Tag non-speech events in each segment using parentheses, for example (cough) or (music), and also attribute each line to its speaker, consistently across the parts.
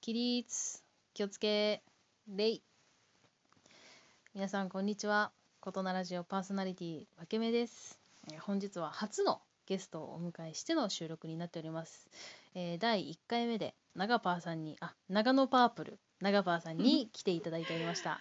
Speaker 1: 起立気をつけ礼皆さんこんにちはことなラジオパーソナリティわけめですえー本日は初のゲストをお迎えしての収録になっております、えー第1回目で長パーさんにあ長野パープル長パーさんに来ていただいておりました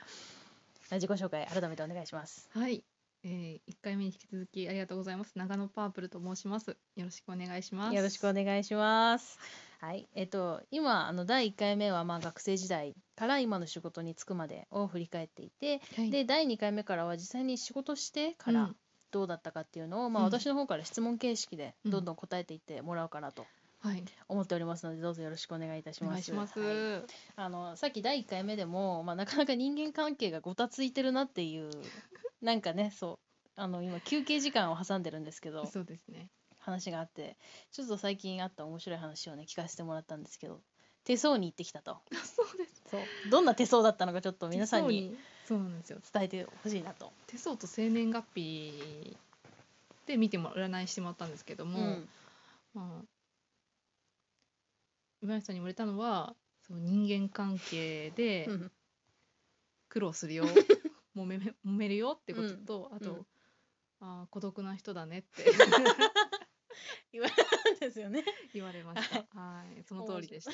Speaker 1: 自己紹介改めてお願いします
Speaker 2: はい、えー、1回目に引き続きありがとうございます長野パープルと申しますよろしくお願いします
Speaker 1: よろしくお願いします。はい、えっと今あの第1回目はまあ学生時代から今の仕事に就くまでを振り返っていて、
Speaker 2: はい
Speaker 1: で第2回目からは実際に仕事してか
Speaker 2: う
Speaker 1: ら
Speaker 2: ん
Speaker 1: どうだったかっていうのを、まあ
Speaker 2: うん
Speaker 1: 私の方から質問形式で
Speaker 2: うん
Speaker 1: どんどん答えていってもらおうかなと
Speaker 2: はい
Speaker 1: 思っておりますので、どうぞよろしくお願いいたし
Speaker 2: お
Speaker 1: ます。
Speaker 2: 願いします、
Speaker 1: はいあのさっき第1回目でもまあなかなか人間関係がごたついてるなって
Speaker 2: (laughs)
Speaker 1: いうなんかねそうあの今休憩時間を挟んでるんですけど。
Speaker 2: そうですね
Speaker 1: 話があってちょっと最近あった面白い話をね聞かせてもらったんですけど手相に行ってきたと
Speaker 2: (laughs) そうです
Speaker 1: そうどんな手相だったのかちょっと皆さんに
Speaker 2: そうなんですよ
Speaker 1: 伝えてほしいなと。
Speaker 2: 手相と生年月日で見ても占いしてもらったんですけども、
Speaker 1: うん
Speaker 2: まあ、今井さんに言われたのはその人間関係で
Speaker 1: うん
Speaker 2: 苦
Speaker 1: (laughs)
Speaker 2: 労するよ揉め揉めるよってことと、あと、
Speaker 1: うん
Speaker 2: あー孤独な人だねって (laughs)
Speaker 1: 言われたんですよね。
Speaker 2: 言われま
Speaker 1: (laughs)
Speaker 2: した。はい、その通りでした。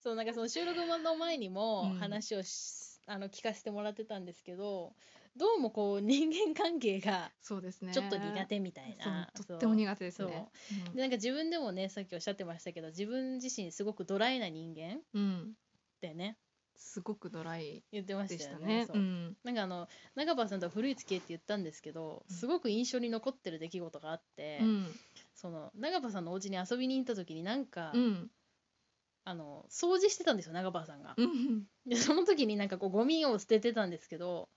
Speaker 1: そうなんかその収録の前にも
Speaker 2: うん
Speaker 1: 話をし、あの聞かせてもらってたんですけどどうもこう人間関係が
Speaker 2: そうですね。
Speaker 1: ちょっと苦手みたいな。
Speaker 2: そう
Speaker 1: そ
Speaker 2: と
Speaker 1: う
Speaker 2: っても苦手ですね。
Speaker 1: でなんか自分でもねさっきおっしゃってましたけど自分自身すごくドライな人間っ
Speaker 2: うん、うん
Speaker 1: てね
Speaker 2: すごくドライ
Speaker 1: 言ってま
Speaker 2: で
Speaker 1: し
Speaker 2: した
Speaker 1: よ
Speaker 2: た
Speaker 1: ね。
Speaker 2: ね。
Speaker 1: そう
Speaker 2: うん、
Speaker 1: なんかあの長場さんとは古い付き合いって言ったんですけど
Speaker 2: うん
Speaker 1: すごく印象に残ってる出来事があって、
Speaker 2: うん、
Speaker 1: その長場さんのお家に遊びに行った時になんか、
Speaker 2: うん、
Speaker 1: あの掃除してたんですよ長場さんが。
Speaker 2: うん、
Speaker 1: でその時になんかこうゴミを捨ててたんですけど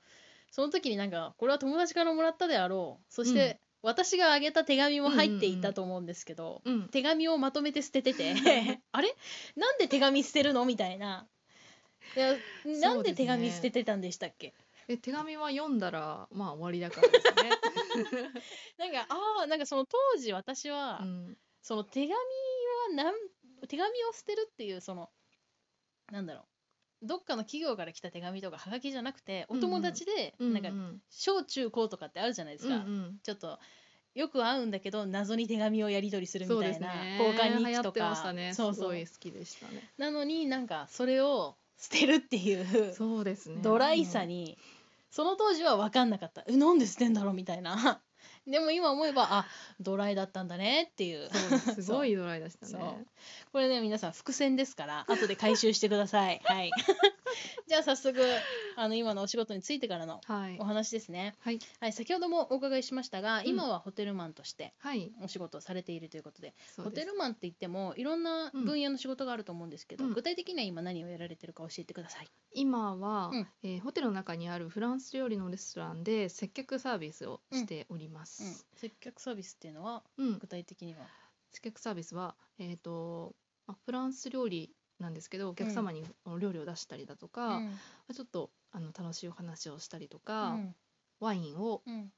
Speaker 1: その時になんかこれは友達からもらったであろうそして、私があげた手紙も入っていたと思うんですけど、
Speaker 2: うん、
Speaker 1: 手紙をまとめて捨ててて (laughs) あれなんで手紙捨てるのみたいな。いやなんで手紙捨ててたんでしたっけ
Speaker 2: え、手紙は読んだら、まあ、終わりだからですね。
Speaker 1: なんかああなんかその当時私は、
Speaker 2: うん、
Speaker 1: (laughs) その手紙はなん手紙を捨てるっていうそのなんだろうどっかの企業から来た手紙とかはがきじゃなくてお友達で、なんか
Speaker 2: ううん、
Speaker 1: 小中高とかってあるじゃないです
Speaker 2: うん、う
Speaker 1: か、
Speaker 2: ん、
Speaker 1: ちょっとよく会うんだけど謎に手紙をやり取りするみ
Speaker 2: そう
Speaker 1: た
Speaker 2: で
Speaker 1: い
Speaker 2: す
Speaker 1: な、
Speaker 2: ね。
Speaker 1: 交換日記
Speaker 2: 流行
Speaker 1: と
Speaker 2: ってまし
Speaker 1: か
Speaker 2: たね。
Speaker 1: そう
Speaker 2: す
Speaker 1: そ
Speaker 2: ご
Speaker 1: う
Speaker 2: い好きでしたね。
Speaker 1: なのになんかそれを捨てるっていう
Speaker 2: そうですね。
Speaker 1: ドライさに、その当時は分かんなかったえなんで捨てんだろうみたいな (laughs) でも今思えばあドライだったんだねっていう
Speaker 2: うん。そうですすごいドライでした
Speaker 1: そう
Speaker 2: ね。
Speaker 1: これね皆さん伏線ですから後で回収してくださいはい (laughs) じゃあ早速あの今のお仕事についてからの
Speaker 2: はい
Speaker 1: お。話ですね
Speaker 2: はい。
Speaker 1: はい先ほどもお伺いしましたが
Speaker 2: ん
Speaker 1: 今はホテルマンとして
Speaker 2: はい。
Speaker 1: お仕事をされているということで,、
Speaker 2: そう
Speaker 1: ホ
Speaker 2: で
Speaker 1: テ
Speaker 2: す
Speaker 1: ルマンって言ってもいろんな
Speaker 2: うん
Speaker 1: 分野の仕事があると思うんですけど、
Speaker 2: うん
Speaker 1: 具体的には今何をやられてるか教えてください、
Speaker 2: 今は、
Speaker 1: うん
Speaker 2: えーホテルの中にあるフランス料理のレストランで接客サービスをしておりま
Speaker 1: うん
Speaker 2: す。、
Speaker 1: 接客サービスっていうのは
Speaker 2: うん
Speaker 1: 具体的には、
Speaker 2: 接客サービスは、えーとまあ、フランス料理なんですけどお客様にお料理を出したりだとか、ま
Speaker 1: ん
Speaker 2: あちょっとあの楽しいお話をしたりと
Speaker 1: う
Speaker 2: か、
Speaker 1: ん
Speaker 2: ワインを、
Speaker 1: うん、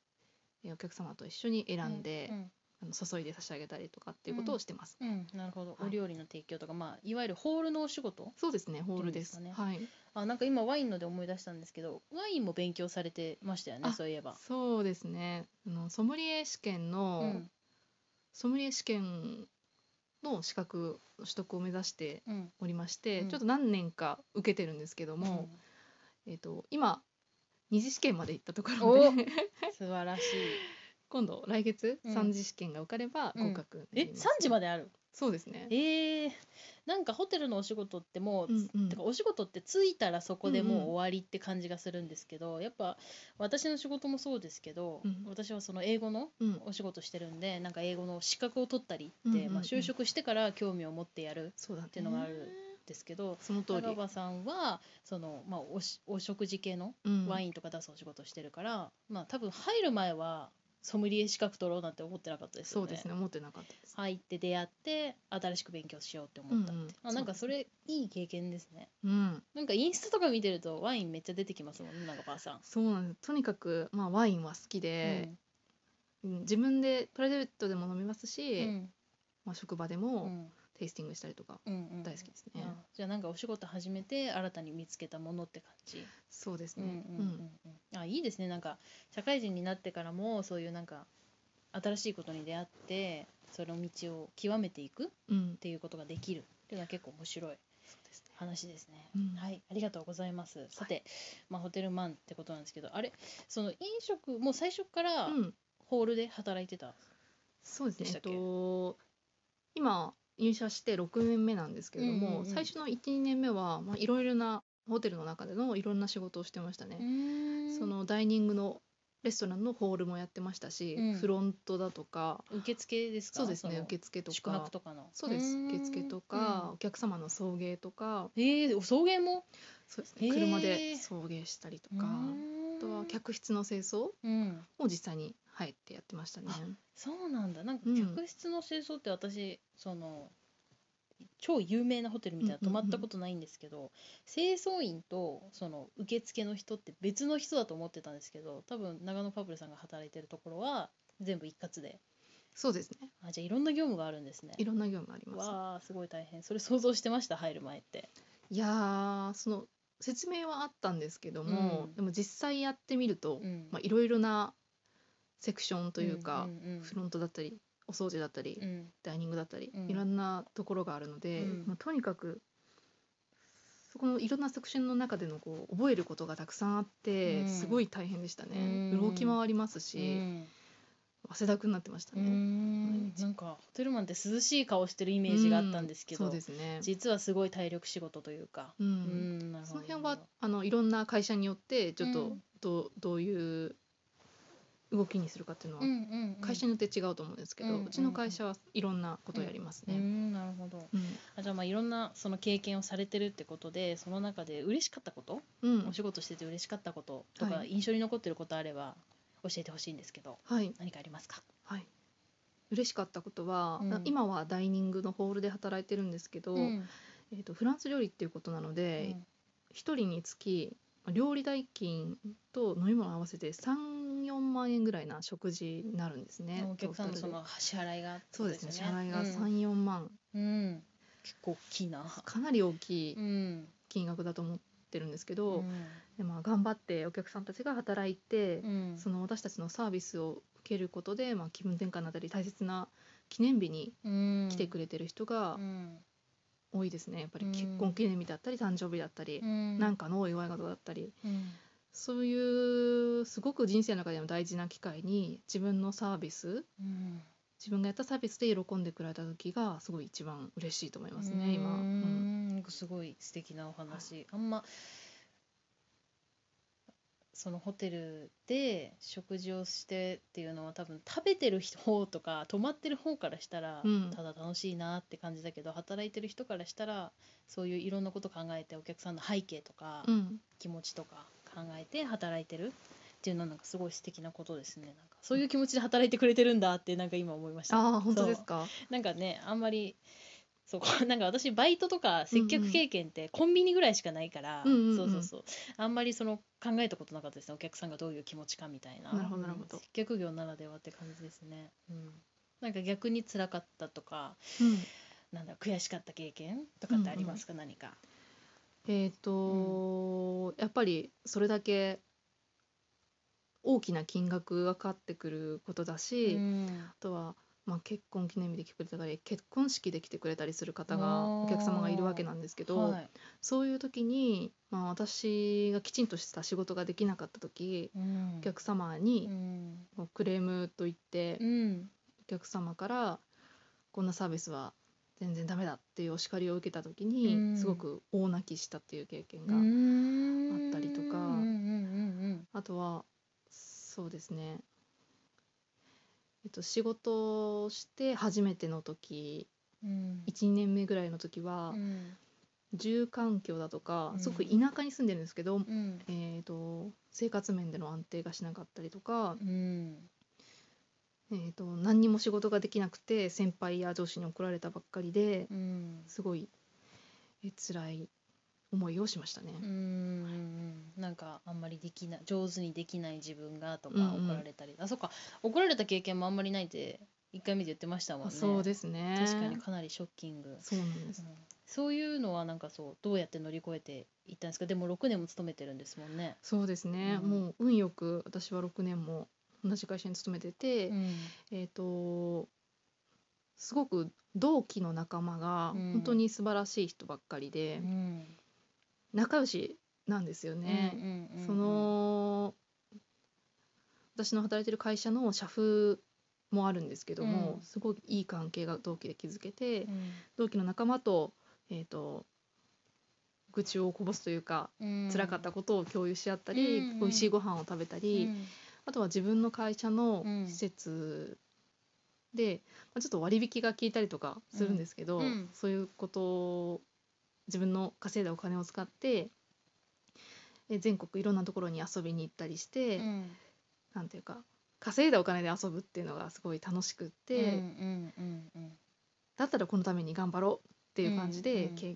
Speaker 2: えーお客様と一緒に選んで、
Speaker 1: うん
Speaker 2: あの注いで差し上げたりとかっていうことをしてます。
Speaker 1: うんうんなるほど、
Speaker 2: はい
Speaker 1: お料理の提供とか、まあ、いわゆるホールのお仕事
Speaker 2: そうですねホールで
Speaker 1: い
Speaker 2: す
Speaker 1: いんですか
Speaker 2: はい、
Speaker 1: あなんか今ワインので思い出したんですけどワインも勉強されてましたよね
Speaker 2: あ
Speaker 1: そういえば。
Speaker 2: そうですねあのソムリエ試験の、
Speaker 1: うん
Speaker 2: ソムリエ試験の資格の取得を目指して
Speaker 1: うん
Speaker 2: おりまして、
Speaker 1: うん
Speaker 2: ちょっと何年か受けてるんですけども、えっと今二次試験まで行ったところで
Speaker 1: うん素晴らしい。
Speaker 2: (laughs) 今度来月
Speaker 1: うん
Speaker 2: 三次試験が受かれば合格
Speaker 1: え3時ま
Speaker 2: で
Speaker 1: である
Speaker 2: そうですね
Speaker 1: えー、なんかホテルのお仕事ってもう、
Speaker 2: うんうん
Speaker 1: てかお仕事って着いたらそこでもう
Speaker 2: うんうん
Speaker 1: 終わりって感じがするんですけど、やっぱ私の仕事もそうですけど、
Speaker 2: うん
Speaker 1: 私はその英語の
Speaker 2: うん
Speaker 1: お仕事してるんでなんか英語の資格を取ったり
Speaker 2: う
Speaker 1: っ
Speaker 2: ん
Speaker 1: て、
Speaker 2: うんうん
Speaker 1: まあ、就職してから興味を持ってやるん
Speaker 2: そうだって
Speaker 1: いうのがあるですけど、
Speaker 2: その通
Speaker 1: 長
Speaker 2: り
Speaker 1: 場さんはその、まあ、おしお食事系のワイ
Speaker 2: ン
Speaker 1: ンとか出すお仕事してるから、まあ多分入る前はソムリエ資格取ろうなんて思ってなかったですよ
Speaker 2: そ
Speaker 1: ね。
Speaker 2: うですね思ってなかったです
Speaker 1: 入って出会って新しく勉強しようって思ったって、
Speaker 2: うんうん
Speaker 1: あなんかそれいい経験ですね
Speaker 2: うん
Speaker 1: なんかインスタとか見てるとワインめっちゃ出てきますもんねなんかばあさん、
Speaker 2: そうなんですとにかくまあワインは好きでうん自分でプライベートでも飲みます
Speaker 1: うん
Speaker 2: しまあ職場でも
Speaker 1: うん
Speaker 2: テイスティングしたりとか
Speaker 1: うんうん、
Speaker 2: 大好きですね。
Speaker 1: あじゃあなんかお仕事始めて新たに見つけたものって感じ。
Speaker 2: そうです
Speaker 1: うん
Speaker 2: ね。
Speaker 1: うんうんうん。あいいですねなんか社会人になってからもそういうなんか新しいことに出会ってその道を極めていくっ
Speaker 2: うん、うん
Speaker 1: ていうことができるっていうのは結構面白い
Speaker 2: そうですね。
Speaker 1: 話ですね。
Speaker 2: うん
Speaker 1: はいありがとうございます。さて、まあホテルマンってことなんですけどあれその飲食もう最初から
Speaker 2: うん、
Speaker 1: ホールで働いてた。
Speaker 2: そうですね。
Speaker 1: でし
Speaker 2: え
Speaker 1: たっ
Speaker 2: っ
Speaker 1: け
Speaker 2: と今入社して6年目なんですけれども、
Speaker 1: うんうんうん
Speaker 2: 最初の1、2年目はまあいろいろなホテルの中でのいろんな仕事をしてましたね。そのダイニングのレストランのホールもやってましたし、
Speaker 1: うん
Speaker 2: フロントだとか
Speaker 1: 受付ですか。
Speaker 2: そうですね
Speaker 1: の
Speaker 2: 受付と
Speaker 1: 宿
Speaker 2: か
Speaker 1: 泊とかの。
Speaker 2: そうです
Speaker 1: ん
Speaker 2: 受付とか、。お客様の送迎とか
Speaker 1: うんええお送迎も。
Speaker 2: そうですね
Speaker 1: へー
Speaker 2: 車で送迎したりとか、あ
Speaker 1: あ
Speaker 2: とは客室の清掃
Speaker 1: うん、
Speaker 2: も実際に入ってやってましたね。
Speaker 1: そうなんだなんか
Speaker 2: うん
Speaker 1: 客室の清掃って私、その超有名なホテルみたいな
Speaker 2: うんう
Speaker 1: 泊
Speaker 2: んうん
Speaker 1: まったことないんですけど、清掃員とその受付の人って別の人だと思ってたんですけど多分長野パブルさんが働いてるところは全部一括で
Speaker 2: そうですね
Speaker 1: あじゃあいろんな業務があるんですね
Speaker 2: いろんな業務あります。
Speaker 1: わあすごい大変それ想像してました入る前って
Speaker 2: いやーその説明はあったんですけども、
Speaker 1: うん
Speaker 2: でも実際やってみると、
Speaker 1: うん
Speaker 2: まあ、いろいろなセクションというか、
Speaker 1: うんうんうん
Speaker 2: フロントだったりお掃除だったり、
Speaker 1: うん
Speaker 2: ダイニングだったり、
Speaker 1: うん
Speaker 2: いろんなところがあるので、
Speaker 1: うん
Speaker 2: まあ、とにかくそこのいろんなセクションの中でのこう覚えることがたくさんあって、
Speaker 1: うん
Speaker 2: すごい大変でしたね、
Speaker 1: うん
Speaker 2: 動き回りますし、
Speaker 1: うん
Speaker 2: 汗だくになってました
Speaker 1: う
Speaker 2: ね、
Speaker 1: んなんかホテルマンって涼しい顔してるイメージがあったんですけど、
Speaker 2: そうですね、
Speaker 1: 実はすごい体力仕事というか、
Speaker 2: うん
Speaker 1: うんなる
Speaker 2: そ
Speaker 1: ほど
Speaker 2: の辺はあのいろんな会社によってちょっ
Speaker 1: う
Speaker 2: と
Speaker 1: ん
Speaker 2: ど,、うどういう動きにするかっていうのは、
Speaker 1: うんうんうん
Speaker 2: 会社によって違うと思うんですけど、
Speaker 1: う
Speaker 2: うんちの会社はいろんなことをやります
Speaker 1: う
Speaker 2: ね。
Speaker 1: んなるほど
Speaker 2: うん
Speaker 1: あじゃあまあいろんなその経験をされてるってことでその中で嬉しかったこと、
Speaker 2: うん
Speaker 1: お仕事してて嬉しかったこととか、
Speaker 2: はい
Speaker 1: 印象に残ってることあれば教えてほしいんですけど
Speaker 2: はい
Speaker 1: 何かありますか、
Speaker 2: はい、嬉しかったことは、
Speaker 1: うん
Speaker 2: 今はダイニングのホールで働いてるんですけど、
Speaker 1: うん
Speaker 2: えー、とフランス料理っていうことなので一、人につき料理代金と飲み物合わせて34万円ぐらいな食事になるんですね。
Speaker 1: お客さんの
Speaker 2: トー
Speaker 1: そ
Speaker 2: タルで
Speaker 1: の支払いが
Speaker 2: そうですね支払いが
Speaker 1: 3
Speaker 2: 34万、
Speaker 1: うん、うん結構大きいな
Speaker 2: かなり大きい
Speaker 1: ん
Speaker 2: 金額だと思ってるんですけ
Speaker 1: う
Speaker 2: ど、
Speaker 1: ん
Speaker 2: でまあ、頑張ってお客さんたちが働いて、
Speaker 1: うん
Speaker 2: その私たちのサービスを受けることで、まあ、気分転換だったり大切な記念日に
Speaker 1: うん
Speaker 2: 来てくれてる人が
Speaker 1: うん
Speaker 2: 多いですねやっぱり
Speaker 1: うん
Speaker 2: 結婚記念日だったり誕生日だったり、
Speaker 1: うん
Speaker 2: なんかのお祝い事だったり
Speaker 1: うん
Speaker 2: そういうすごく人生の中でも大事な機会に自分のサービス
Speaker 1: うん
Speaker 2: 自分がやったサービスで喜んでくれた時がすごい一番嬉しいと思いますね今、
Speaker 1: うー
Speaker 2: うん
Speaker 1: んなんかすごい素敵なお話、あんまそのホテルで食事をしてっていうのは多分食べてる方とか泊まってる方からしたら、
Speaker 2: うん
Speaker 1: ただ楽しいなって感じだけど働いてる人からしたらそういういろんなこと考えてお客さんの背景とか、
Speaker 2: うん
Speaker 1: 気持ちとか考えて働いてるっていうのはなんかすごい素敵なことですねなんかそういう気持ちで働いてくれてるんだってなんか今思いました。
Speaker 2: ああ本当ですか
Speaker 1: なんかねあんまりそこ
Speaker 2: (laughs)
Speaker 1: なんか私バイトとか接客経験ってコンビニぐらいしかないから、
Speaker 2: うんうんうん
Speaker 1: そうそうそうあんまりその考えたことなかったですねお客さんがどういう気持ちかみたいな
Speaker 2: なるほどなるほど
Speaker 1: うん接客業ならではって感じですね、うん、なんか逆に辛かったとか
Speaker 2: うん
Speaker 1: なんだ悔しかった経験とかってありますか、何か
Speaker 2: えーとやっぱりそれだけ大きな金額がかかってくることだし、あとは、まあ、結婚記念日で来てくれたり結婚式で来てくれたりする方が
Speaker 1: おー
Speaker 2: お客様がいるわけなんですけど、
Speaker 1: はい
Speaker 2: そういう時に、まあ、私がきちんとした仕事ができなかった時
Speaker 1: うん
Speaker 2: お客様
Speaker 1: う
Speaker 2: に
Speaker 1: ん
Speaker 2: こうクレームと言って、
Speaker 1: うん
Speaker 2: お客様からこんなサービスは全然ダメだっていうお叱りを受けた時に、
Speaker 1: うん
Speaker 2: すごく大泣きしたっていう経験
Speaker 1: う
Speaker 2: が、
Speaker 1: ん
Speaker 2: あったりとか
Speaker 1: うんうん
Speaker 2: あとはそうですね、えっと、仕事をして初めての時
Speaker 1: うんうん
Speaker 2: 12年目ぐらいの時は
Speaker 1: う、ん
Speaker 2: 住環境だとか
Speaker 1: うん
Speaker 2: すごく田舎に住んでるんですけど、
Speaker 1: うん
Speaker 2: えー、と生活面での安定がしなかったりとか、
Speaker 1: うん
Speaker 2: えー、と何にも仕事ができなくて先輩や上司に怒られたばっかりで
Speaker 1: うん
Speaker 2: すごいえ辛い思いをしましたね。
Speaker 1: うんうんうんなんかあんまりできない上手にできない自分がとか
Speaker 2: うんうん
Speaker 1: 怒られたり、あそっか怒られた経験もあんまりないって1回目で言ってましたもん
Speaker 2: あ
Speaker 1: ね
Speaker 2: そうですね
Speaker 1: 確かにかなりショッキング、
Speaker 2: そうなんです
Speaker 1: うんそういうのはなんかそうどうやって乗り越えていったんですかでも6年も勤めてるんですもんね、
Speaker 2: そうですね、
Speaker 1: うん
Speaker 2: もう運よく私は6年も同じ会社に勤めてて、
Speaker 1: うん
Speaker 2: えっ、とすごく同期の仲間が
Speaker 1: うん
Speaker 2: 本当に素晴らしい人ばっかりで、仲良しなんですよね、その私の働いてる会社の社風もあるんですけども、
Speaker 1: うん
Speaker 2: すごいいい関係が同期で築けて、
Speaker 1: うん
Speaker 2: 同期の仲間と,、えー、と愚痴をこぼすというか
Speaker 1: うん
Speaker 2: 辛かったことを共有し合ったり、
Speaker 1: うんうん
Speaker 2: 美味しいご飯を食べたり、
Speaker 1: うん
Speaker 2: あとは自分の会社の
Speaker 1: うん
Speaker 2: 施設で、まあ、ちょっと割引が効いたりとかするんですけど、
Speaker 1: うんうん
Speaker 2: そういうことを自分の稼いだお金を使ってえ全国いろんなところに遊びに行ったりして、
Speaker 1: うん
Speaker 2: なんていうか稼いだお金で遊ぶっていうのがすごい楽しくって、
Speaker 1: うんうんうん
Speaker 2: だったらこのために頑張ろうっていう感じで、
Speaker 1: うんうん
Speaker 2: け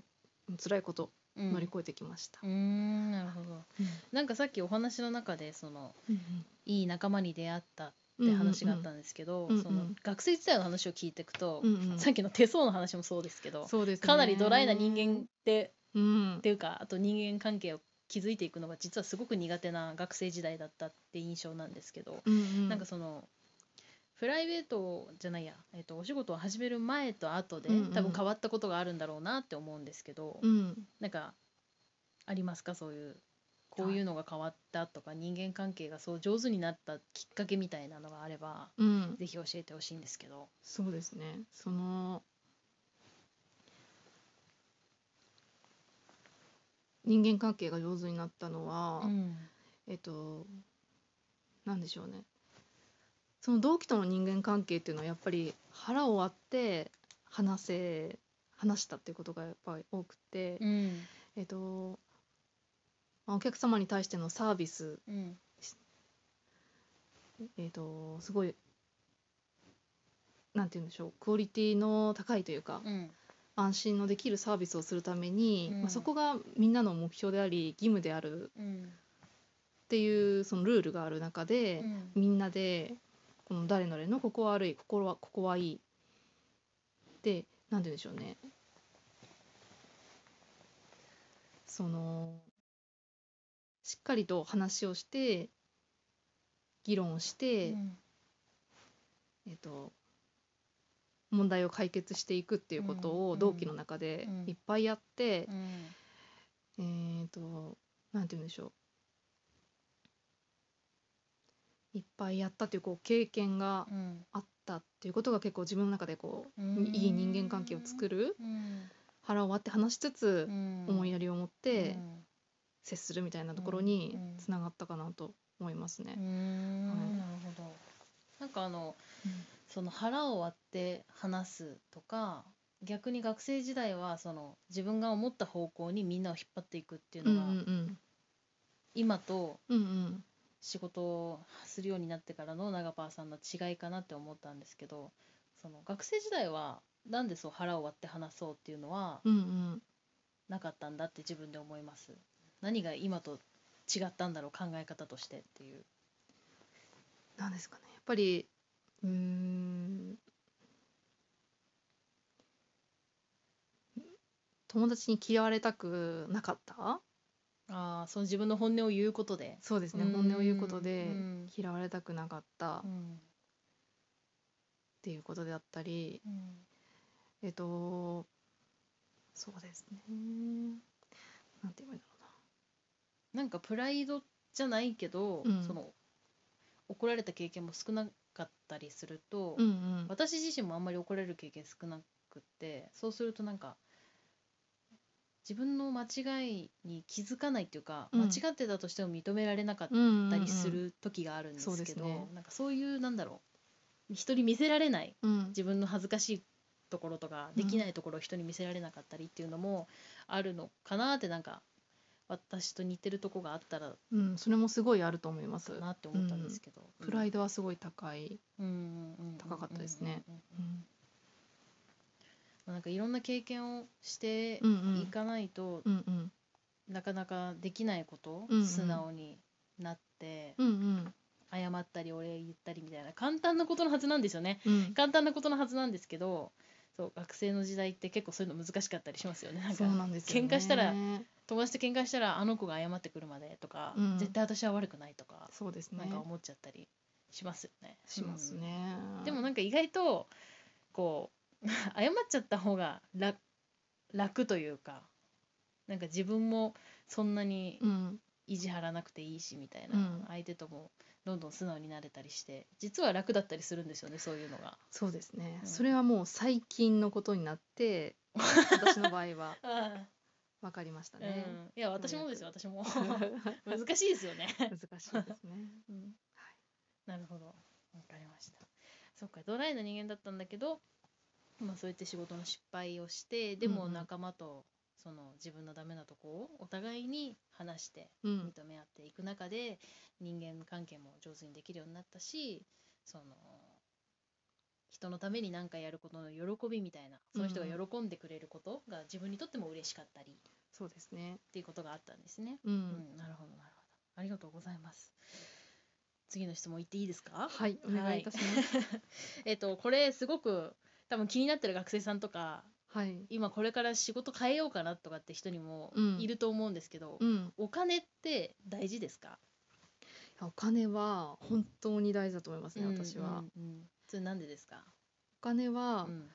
Speaker 2: 辛いこと
Speaker 1: うん
Speaker 2: 乗り越えてきました。
Speaker 1: うーんなるほど
Speaker 2: うん
Speaker 1: なんかさっきお話の中でその
Speaker 2: うん
Speaker 1: いい仲間に出会ったっ
Speaker 2: うん
Speaker 1: て話があったんですけど、
Speaker 2: うんうん
Speaker 1: その学生時代の話を聞いていくと、
Speaker 2: うんうんうん
Speaker 1: さっきの手相の話もそうですけど
Speaker 2: そうですね
Speaker 1: かなりドライな人間って
Speaker 2: うん
Speaker 1: っていうかあと人間関係を築いていくのが実はすごく苦手な学生時代だったって印象なんですけど、
Speaker 2: うんうん、
Speaker 1: なんかそのプライベートじゃないや、えっとお仕事を始める前と後で、
Speaker 2: うんうん
Speaker 1: 多分変わったことがあるんだろうなって思うんですけど、
Speaker 2: うん、
Speaker 1: なんかありますかそういうこういうのが変わったとか人間関係がそう上手になったきっかけみたいなのがあれば
Speaker 2: うん、
Speaker 1: ぜひ教えてほしいんですけど。
Speaker 2: そうですねその人間関係が上手になったのは、
Speaker 1: うん
Speaker 2: えっとなんでしょうねその同期との人間関係っていうのはやっぱり腹を割って話せ話したっていうことがやっぱり多くて、
Speaker 1: うん
Speaker 2: えっとまあお客様に対してのサービス
Speaker 1: うん
Speaker 2: えー、とすごいなんて言うんでしょうクオリティの高いというか、
Speaker 1: うん
Speaker 2: 安心のできるサービスをするために、
Speaker 1: うん
Speaker 2: まあ、そこがみんなの目標であり義務である
Speaker 1: うん
Speaker 2: っていうそのルールがある中で、みんなでこの誰々のここは悪いここはここはいいでなんて言うんでしょうねそのしっかりと話をして議論をして、
Speaker 1: うん
Speaker 2: えっと、問題を解決していくっていうこと
Speaker 1: う
Speaker 2: を
Speaker 1: ん
Speaker 2: 同期の中で
Speaker 1: うん
Speaker 2: いっぱいやって
Speaker 1: う、ん
Speaker 2: えっとなんて言うんでしょういっぱいやったというこう経験が
Speaker 1: うん
Speaker 2: あったっていうことが結構自分の中でこう、
Speaker 1: うん
Speaker 2: いい人間関係を作る
Speaker 1: うん
Speaker 2: 腹を割って話しつつ、思い
Speaker 1: や
Speaker 2: やりを持って接するみたいなところに
Speaker 1: うん
Speaker 2: つながったかなと思いますね。はい
Speaker 1: なるほどなんかあのその腹を割って話すとか逆に学生時代はその自分が思った方向にみんなを引っ張っていくっていう
Speaker 2: うんう
Speaker 1: のが、
Speaker 2: ん
Speaker 1: 今と
Speaker 2: うんうん
Speaker 1: 仕事をするようになってからの長パーさんの違いかなって思ったんですけどその学生時代はなんでそう腹を割って話そうっていうのは
Speaker 2: うんうん
Speaker 1: なかったんだって自分で思います何が今と違ったんだろう考え方としてっていう
Speaker 2: なんですかねやっぱりうーん友達に嫌われたくなかった
Speaker 1: ああその自分の本音を言うことで
Speaker 2: そうですね
Speaker 1: うん
Speaker 2: 本音を言うことで
Speaker 1: うん
Speaker 2: 嫌われたくなかったっ
Speaker 1: うん
Speaker 2: ていうことであったり
Speaker 1: うん
Speaker 2: えっとそうですねなんて言えばいいんだろ
Speaker 1: なんかプライドじゃないけど、
Speaker 2: うん
Speaker 1: その怒られた経験も少なかったりすると、
Speaker 2: うなうんうん
Speaker 1: 私自身もあんまり怒られる経験少なくってそうするとなんか自分の間違いに気づかないっていうか、
Speaker 2: うん
Speaker 1: 間違ってたとしても認められなかっ
Speaker 2: うん
Speaker 1: たりす
Speaker 2: うん
Speaker 1: る時があるんです
Speaker 2: そうで
Speaker 1: け
Speaker 2: す
Speaker 1: ど、
Speaker 2: ね
Speaker 1: なんかそういうなんだろう人に見せられない
Speaker 2: うんうん
Speaker 1: 自分の恥ずかしいところとかできないところを人に見せられなかったりっていうのもあるのかなってなんか私と似てるとこがあったら
Speaker 2: うんそれもすごいあると思います
Speaker 1: なって思ったんですけど、
Speaker 2: プラ
Speaker 1: イ
Speaker 2: イドはすごい高い、
Speaker 1: ド高
Speaker 2: 高かったですねうん
Speaker 1: なんかいろんな経験をして
Speaker 2: うんうん
Speaker 1: いかないと、
Speaker 2: うんうん
Speaker 1: なかなかできないこと、
Speaker 2: うんうん
Speaker 1: 素直になって、
Speaker 2: うんうん
Speaker 1: 謝ったりお礼言ったりみたいな簡単なことのはずなんですよね
Speaker 2: うん、
Speaker 1: 簡単なことのはずなんですけどそう学生の時代って結構そういうの難しかったりしますよねなん
Speaker 2: そう
Speaker 1: か
Speaker 2: なんですよね
Speaker 1: 喧嘩したら友達と喧嘩したらあの子が謝ってくるまでとか、
Speaker 2: うん
Speaker 1: 絶対私は悪くないとか、
Speaker 2: そうですね
Speaker 1: なんか思っちゃったりしますよね。
Speaker 2: しますね、
Speaker 1: うんでもなんか意外とこう (laughs) 謝っちゃった方が楽楽というかなんか自分もそんなに
Speaker 2: うん
Speaker 1: 意地張らなくていいしみたいな、
Speaker 2: うん
Speaker 1: 相手ともどんどん素直になれたりして実は楽だったりするんですよねそういうのが。
Speaker 2: そうですね、
Speaker 1: うん
Speaker 2: それはもう最近のことになって私の場合は分かりました
Speaker 1: う
Speaker 2: ね、
Speaker 1: ん、いや私もですよ私も
Speaker 2: (laughs)
Speaker 1: (laughs)
Speaker 2: 難
Speaker 1: 難しいですよね。
Speaker 2: しいですね
Speaker 1: うんなるほど分かりましたそっかドライな人間だったんだけど、まあ、そうやって仕事の失敗をしてでも
Speaker 2: うんうん
Speaker 1: 仲間とその自分のダメなとこをお互いに話して
Speaker 2: うん
Speaker 1: 認め合っていく中で人間関係も上手にできるようになったしその人のために何かやることの喜びみたいなその人が
Speaker 2: うんう
Speaker 1: 喜んでくれることが自分にとっても嬉しかったりっ
Speaker 2: そうですね
Speaker 1: ていうことがあったんですね。
Speaker 2: うん、
Speaker 1: うん、なるほどなるほど。ありがとうございます。次の質問言っていいですか？
Speaker 2: はいお願いいたします
Speaker 1: えっとこれすごく多分気になってる学生さんとか、
Speaker 2: はい、
Speaker 1: 今これから仕事変えようかなとかって人にも
Speaker 2: うん
Speaker 1: いると思うんですけど、
Speaker 2: うん、
Speaker 1: お金って大事ですか？
Speaker 2: お金は本当に大事だと思いますね、私は、
Speaker 1: うんうんうんそれなんでですか？
Speaker 2: お金は、
Speaker 1: うん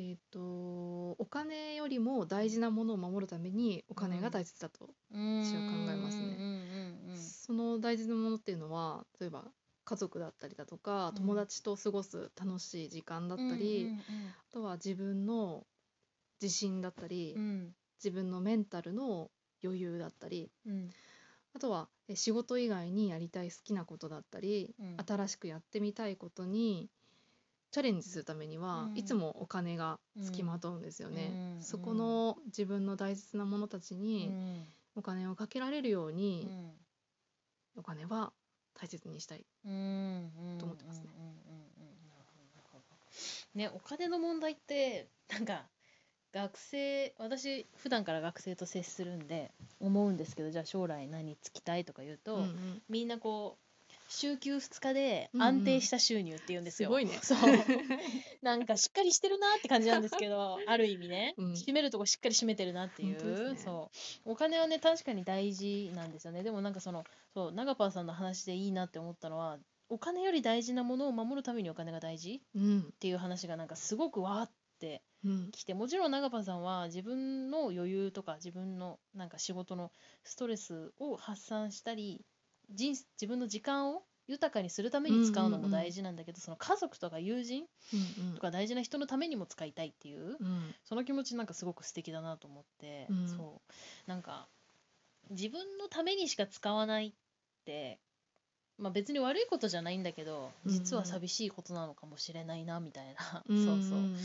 Speaker 2: えっ、とお金よりも大事なものを守るためにお金が大切だと、私は考えますね
Speaker 1: うんうんうん
Speaker 2: その大事なものっていうのは例えば家族だったりだとか
Speaker 1: うん
Speaker 2: 友達と過ごす楽しい時間だっ
Speaker 1: うん
Speaker 2: たり、
Speaker 1: うん
Speaker 2: あとは自分の自信だったり、
Speaker 1: うん
Speaker 2: 自分のメンタルの余裕だったり
Speaker 1: うん
Speaker 2: あとはえ仕事以外にやりたい好きなことだったり、
Speaker 1: うん
Speaker 2: 新しくやってみたいことにチャレンジするためには、
Speaker 1: うん
Speaker 2: いつもお金が付きまとうんですよね。
Speaker 1: うん
Speaker 2: そこの自分の大切なものたち
Speaker 1: う
Speaker 2: に
Speaker 1: ん
Speaker 2: お金をかけられるように
Speaker 1: う、ん
Speaker 2: お金は大切にしたい。
Speaker 1: と
Speaker 2: と思ってますね。
Speaker 1: うんうんうんうんなるほどなるほどねお金の問題ってなんか学生私普段から学生と接するんで思うんですけどじゃあ将来何つきたいとか言うと、
Speaker 2: うんうん
Speaker 1: みんなこう週休2日で
Speaker 2: うんうん
Speaker 1: 安定した収入って言うんですよ。
Speaker 2: すごいね
Speaker 1: そうなんかしっかりしてるなって感じなんですけ
Speaker 2: (laughs)
Speaker 1: どある意味ね、
Speaker 2: うん
Speaker 1: 締めるとこしっかり締めてるなってい
Speaker 2: 本当です
Speaker 1: う,、
Speaker 2: ね
Speaker 1: そうお金はね確かに大事なんですよねでもなんかそのそう長パンさんの話でいいなって思ったのはお金より大事なものを守るためにお金が大事っ
Speaker 2: うん
Speaker 1: ていう話がなんかすごくわーって
Speaker 2: うん
Speaker 1: きてもちろん長パンさんは自分の余裕とか自分のなんか仕事のストレスを発散したり人生自分の時間を豊かにするために使うのも大事なんだけど、その家族とか友人
Speaker 2: うん
Speaker 1: とか大事な人のためにも使いたいっていう
Speaker 2: うん
Speaker 1: その気持ちなんかすごく素敵だなと思って、
Speaker 2: うん
Speaker 1: そうなんか自分のためにしか使わないって、まあ、別に悪いことじゃないんだけど
Speaker 2: うん
Speaker 1: 実は寂しいことなのかもしれないなみたいな、
Speaker 2: ん
Speaker 1: そうそうん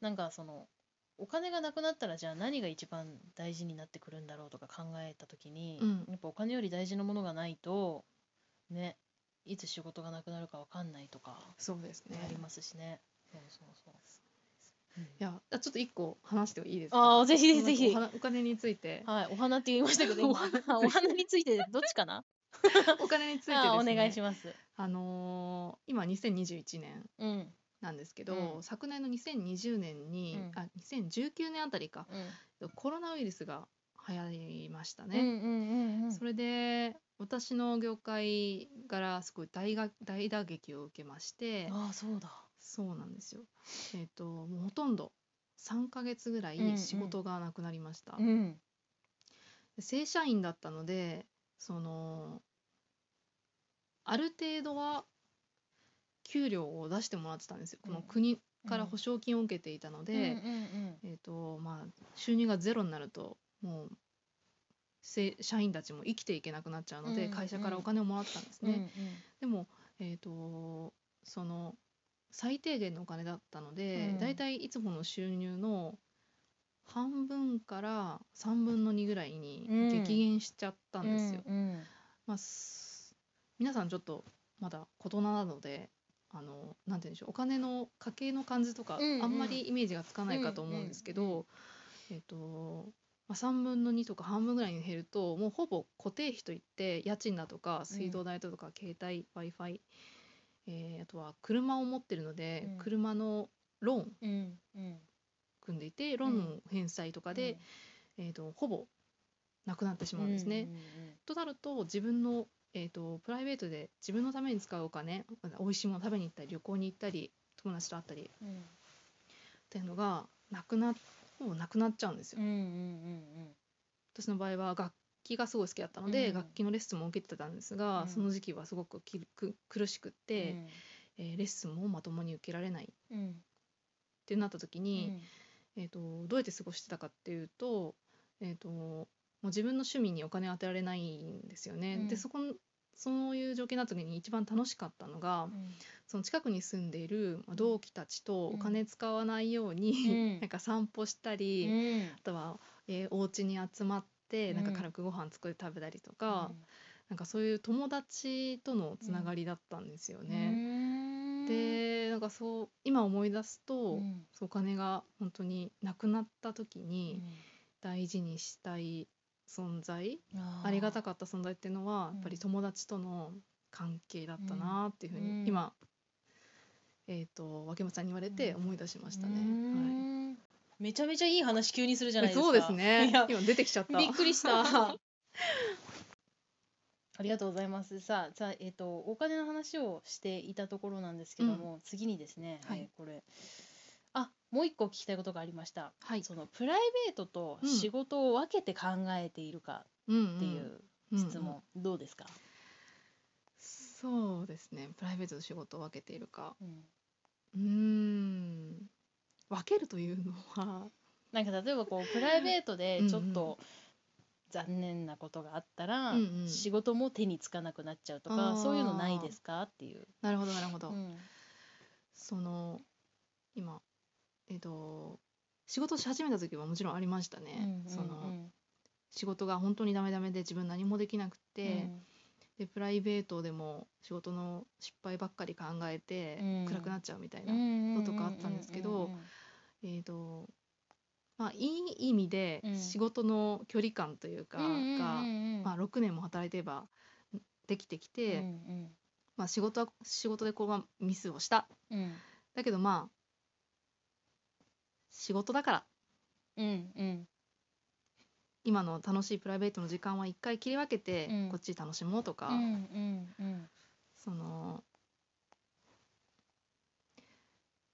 Speaker 1: なんかそのお金がなくなったらじゃあ何が一番大事になってくるんだろうとか考えた時に、
Speaker 2: うん
Speaker 1: やっぱお金より大事なものがないとねいつ仕事がなくなるかわかんないとか
Speaker 2: そうですね
Speaker 1: ありますしね。そうそうそううん
Speaker 2: いやあちょっと一個話してもいいですか
Speaker 1: ああぜひぜひぜひ
Speaker 2: お花お金について
Speaker 1: はい、お花って言いましたけど、今 (laughs) お
Speaker 2: お花について
Speaker 1: 花についてどっちかな？
Speaker 2: お金に (laughs) ついてですね
Speaker 1: あお願いします。
Speaker 2: あのー今2021年
Speaker 1: うん、うん、
Speaker 2: なんですけど、
Speaker 1: うん
Speaker 2: 昨年の2020年に、
Speaker 1: うん
Speaker 2: あ2019年あたりかコロナウイルスが流行りました
Speaker 1: うん
Speaker 2: ね、
Speaker 1: うんうんうん
Speaker 2: それで私の業界からすごい大が大打撃を受けまして
Speaker 1: ああそうだ。
Speaker 2: そうなんですよえっ、ともうほとんど3ヶ月ぐらい
Speaker 1: うんうん
Speaker 2: 仕事がなくなりました、
Speaker 1: ん、
Speaker 2: で正社員だったのでそのある程度は給料を出してもらってたんですよこ
Speaker 1: う
Speaker 2: の
Speaker 1: ん
Speaker 2: 国から保証金を受けていたので、
Speaker 1: うんうん
Speaker 2: えーとまあ、収入がゼロになるともうせ社員たちも生きていけなくなっちゃうので、
Speaker 1: うん
Speaker 2: 会社からお金をもらってたんです
Speaker 1: うん、
Speaker 2: ね、でも、えー、とその最低限のお金だったので、
Speaker 1: うん
Speaker 2: だいたいいつもの収入の半分から3分の2ぐらいに激減しちゃった
Speaker 1: うん
Speaker 2: ですよ、
Speaker 1: うん
Speaker 2: まあ、す皆さんちょっとまだ大人なのであのなんて言うんでしょうお金の家計の感じとか、
Speaker 1: うんうん
Speaker 2: あんまりイメージがつかないかと思うんですけど、
Speaker 1: うんうん
Speaker 2: えっとままあ、3分の2とか半分ぐらいに減るともうほぼ固定費といって家賃だとか水道代だとか携帯 w i f i えーあとは車を持ってるので、
Speaker 1: うん
Speaker 2: 車のローン
Speaker 1: うんうん
Speaker 2: 組んでいてローンの返済とかで、えー、とほぼなくなってしまうんですね。となると自分の、えー、とプライベートで自分のために使うお金美味しいもの食べに行ったり旅行に行ったり友達と会ったりっ
Speaker 1: うんうん
Speaker 2: ていうのがなくなほぼなくなっちゃうんですよ
Speaker 1: うんうん。うん
Speaker 2: 私の場合は楽器がすごい好きだったので、
Speaker 1: うん
Speaker 2: 楽器のレッスンも受けてたんですが、
Speaker 1: うん
Speaker 2: その時期はすごくきく苦しくっ
Speaker 1: うん
Speaker 2: て、えーレッスンもまともに受けられないっ
Speaker 1: うんうん
Speaker 2: てなった時
Speaker 1: う
Speaker 2: に、
Speaker 1: ん
Speaker 2: えー、とどうやって過ごしてたかっていうと,、えー、ともう自分の趣味にお金を当てられないんですよね。
Speaker 1: うん
Speaker 2: でそこのそういう状況になった時に一番楽しかったのが、その近くに住んでいるまあ同期たちと
Speaker 1: うん
Speaker 2: お金使わないように、
Speaker 1: うん
Speaker 2: (laughs) なんか散歩したり、
Speaker 1: うん
Speaker 2: あとは、えー、お家に集まってなん
Speaker 1: う
Speaker 2: か
Speaker 1: ん
Speaker 2: 軽くご飯作って食べたりとか、なんかそういう友達とのつながりだったんですよ
Speaker 1: うん
Speaker 2: ね。
Speaker 1: うん
Speaker 2: でなんかそう今思い出すと、
Speaker 1: うん
Speaker 2: そうお金が本当になくなった時
Speaker 1: う
Speaker 2: に
Speaker 1: ん
Speaker 2: 大事にしたい存在、
Speaker 1: あ
Speaker 2: ありがた
Speaker 1: く
Speaker 2: かった存在っていうのは
Speaker 1: うん
Speaker 2: やっぱり友達との関係だったなっていうふう
Speaker 1: うん
Speaker 2: に今、えっ、と脇本さんに言われて思い出しましたね。はい
Speaker 1: めちゃめちゃいい話急にするじゃないですか
Speaker 2: そうですね
Speaker 1: いや
Speaker 2: 今出てきちゃった
Speaker 1: びっくりした
Speaker 2: (laughs)
Speaker 1: ありがとうございますさあさあ、えっとお金の話をしていたところなんですけども、次にですね、
Speaker 2: はい
Speaker 1: えーこれあもう一個聞きたいことがありました
Speaker 2: はい
Speaker 1: そのプライベートと仕事を分けて考えているかっ
Speaker 2: っ
Speaker 1: ていう質問、どうですか、
Speaker 2: そうですねプライベートと仕事を分けているか
Speaker 1: うん
Speaker 2: うーん分けるというのは
Speaker 1: なんか例えばこうプライベートで
Speaker 2: うんうん
Speaker 1: ちょっと残念なことがあったら、
Speaker 2: うんうん
Speaker 1: 仕事も手につかなくなっちゃうとか
Speaker 2: あー
Speaker 1: そういうのないですかっていう。
Speaker 2: なるほどなるほど、
Speaker 1: うん
Speaker 2: その今えっ、と仕事し始めた時はもちろんありましたね、その仕事が本当にダメダメで自分何もできなくて、でプライベートでも仕事の失敗ばっかり考えて
Speaker 1: うん
Speaker 2: 暗くなっちゃうみたいな、
Speaker 1: の
Speaker 2: とかあったんですけどえーとまあ、いい意味で
Speaker 1: うん
Speaker 2: 仕事の距離感というかが、ま
Speaker 1: ま
Speaker 2: あ、6年も働いてればできてきて、まあ、仕事は仕事でこうがミスをしただけどまあ仕事だから今の楽しいプライベートの時間は一回切り分けて、
Speaker 1: うん
Speaker 2: こっち楽しもうとか、その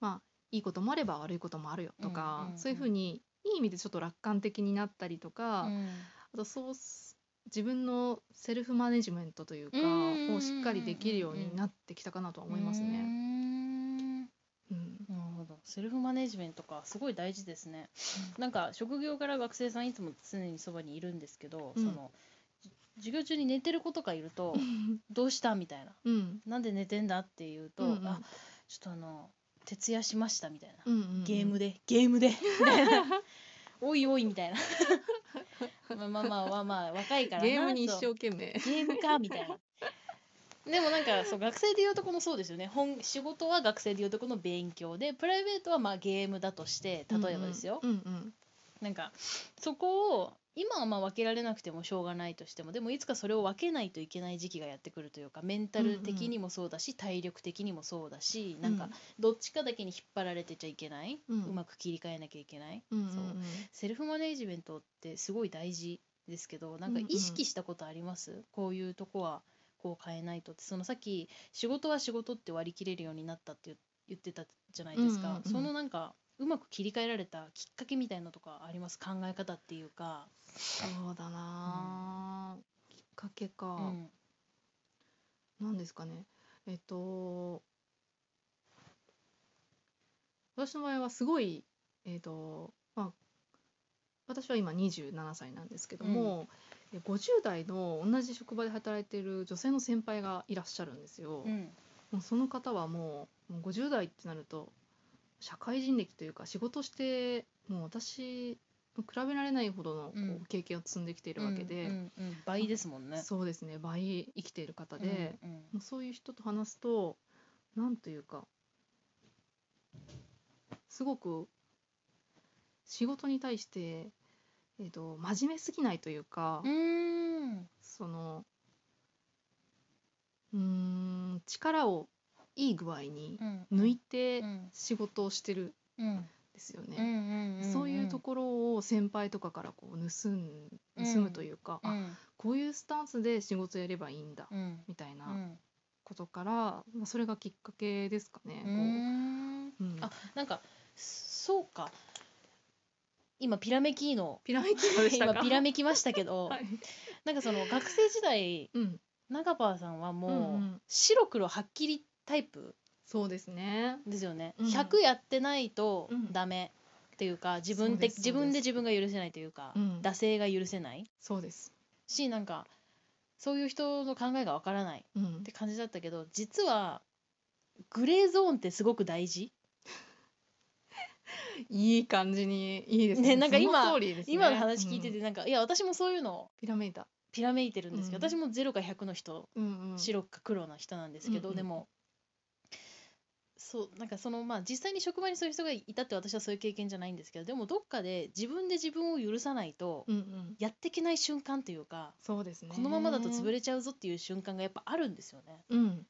Speaker 2: まあいいこともあれば悪いこともあるよとか、
Speaker 1: うんうん
Speaker 2: そういうふうにいい意味でちょっと楽観的になったりとか、あとそうす自分のセルフマネジメントというか、
Speaker 1: うん
Speaker 2: をしっかりできるようになってきたかなとは思いますね。
Speaker 1: ね。
Speaker 2: うん
Speaker 1: なるほどセルフマネジメントかすごい大事ですね。なんか職業から学生さんいつも常にそばにいるんですけど、
Speaker 2: うん
Speaker 1: そのじ授業中に寝てる子とかいる
Speaker 2: (laughs)
Speaker 1: と「どうした?」みたいな
Speaker 2: う
Speaker 1: 「
Speaker 2: ん
Speaker 1: なんで寝てんだ?」って言うと「
Speaker 2: うんうん
Speaker 1: あちょっとあの徹夜しました」みたいな
Speaker 2: うんうん
Speaker 1: ゲームでゲームでみたいな (laughs) おいおいみたいなまあまあまあまあ、まあ、若いからな
Speaker 2: ゲームに一
Speaker 1: そう
Speaker 2: 生懸命。
Speaker 1: ゲームかみたいなでもなんかそう学生でいうとこのそうですよね本仕事は学生でいうとこの勉強でプライベートはまあゲームだとして例えばですよ、
Speaker 2: うんうん
Speaker 1: なんかそこを今はまあ分けられなくてもしょうがないとしてもでもいつかそれを分けないといけない時期がやってくるというかメンタル的にもそうだし、体力的にもそうだしなんかどっちかだけに引っ張られてちゃいけない、
Speaker 2: う
Speaker 1: うんまく切り替えなきゃいけない、
Speaker 2: うんうん
Speaker 1: そう
Speaker 2: うん
Speaker 1: セルフマネージメントってすごい大事ですけどなんか
Speaker 2: うんうん
Speaker 1: 意識したことあります、こういうとこはこう変えないとってそのさっき仕事は仕事って割り切れるようになったって言言ってたじゃないですか、
Speaker 2: うんうんうん
Speaker 1: そのなんかうまく切り替えられたきっかけみたいなとかあります考え方っていうか。
Speaker 2: そうだなあ、きっかけか、
Speaker 1: うん
Speaker 2: なんですかねえっと私の場合はすごいえっとまあ私は今27歳なんですけども、で50代の同じ職場で働いている女性の先輩がいらっしゃるんですよ。
Speaker 1: うん
Speaker 2: もうその方はもうもう50代ってなると社会人歴というか仕事してもう私と比べられないほどのこ
Speaker 1: うん
Speaker 2: う経験を積んできているわけで、
Speaker 1: うんうんうん倍ですもんね。
Speaker 2: そうですね倍生きている方で、
Speaker 1: うんうん
Speaker 2: もうそういう人と話すとなんというかすごく仕事に対して、えー、と真面目すぎないというか、
Speaker 1: うん
Speaker 2: そのうーん力をいい具合に
Speaker 1: うん
Speaker 2: 抜いて
Speaker 1: うん
Speaker 2: 仕事をしてるん
Speaker 1: うん
Speaker 2: ですよ
Speaker 1: うんう
Speaker 2: ね。
Speaker 1: んん
Speaker 2: そういうところを先輩とかからこう盗ん盗むというか、
Speaker 1: う
Speaker 2: あ
Speaker 1: ん
Speaker 2: こういうスタンスで仕事やればいいんだ
Speaker 1: うん
Speaker 2: みたいうなんことから、まあ、それがきっかけですかね。
Speaker 1: うーん
Speaker 2: こううん
Speaker 1: あなんかそうか今ピラメキーノ
Speaker 2: ピラミッドでしたか
Speaker 1: 今ピラメきましたけど、
Speaker 2: (laughs) はい
Speaker 1: なんかその学生時代
Speaker 2: うん、
Speaker 1: 中川さんは
Speaker 2: うん
Speaker 1: も
Speaker 2: う
Speaker 1: うん白黒はっきりタイプ
Speaker 2: そうですね。
Speaker 1: ですよね、
Speaker 2: うん
Speaker 1: 100やってないと
Speaker 2: うん
Speaker 1: ダメっていうか自分
Speaker 2: そうで
Speaker 1: です自分で自分が許せないというか、
Speaker 2: うん
Speaker 1: 惰性が許せない
Speaker 2: そうです。
Speaker 1: しなんかそういう人の考えがわからない
Speaker 2: うん
Speaker 1: って感じだったけど実はグレーゾーンってすごく大事
Speaker 2: いい感じにいいですね。
Speaker 1: ねなんか今
Speaker 2: その通りですね
Speaker 1: 今の話聞いて
Speaker 2: うん
Speaker 1: てなんか、いや私もそういうの
Speaker 2: ピラメイダ。
Speaker 1: ピラめいてるんですけど、
Speaker 2: うん
Speaker 1: 私も0か100の人
Speaker 2: うんうん。
Speaker 1: 白か黒な人なんですけど、
Speaker 2: うんうん
Speaker 1: でもそうなんかそのまあ実際に職場にそういう人がいたって私はそういう経験じゃないんですけどでもどっかで自分で自分を許さないと
Speaker 2: うんうん。
Speaker 1: やっていけない瞬間というか、
Speaker 2: そうですね。
Speaker 1: このままだと潰。れちゃうぞっていう瞬間がやっぱあるんですよね。
Speaker 2: うん。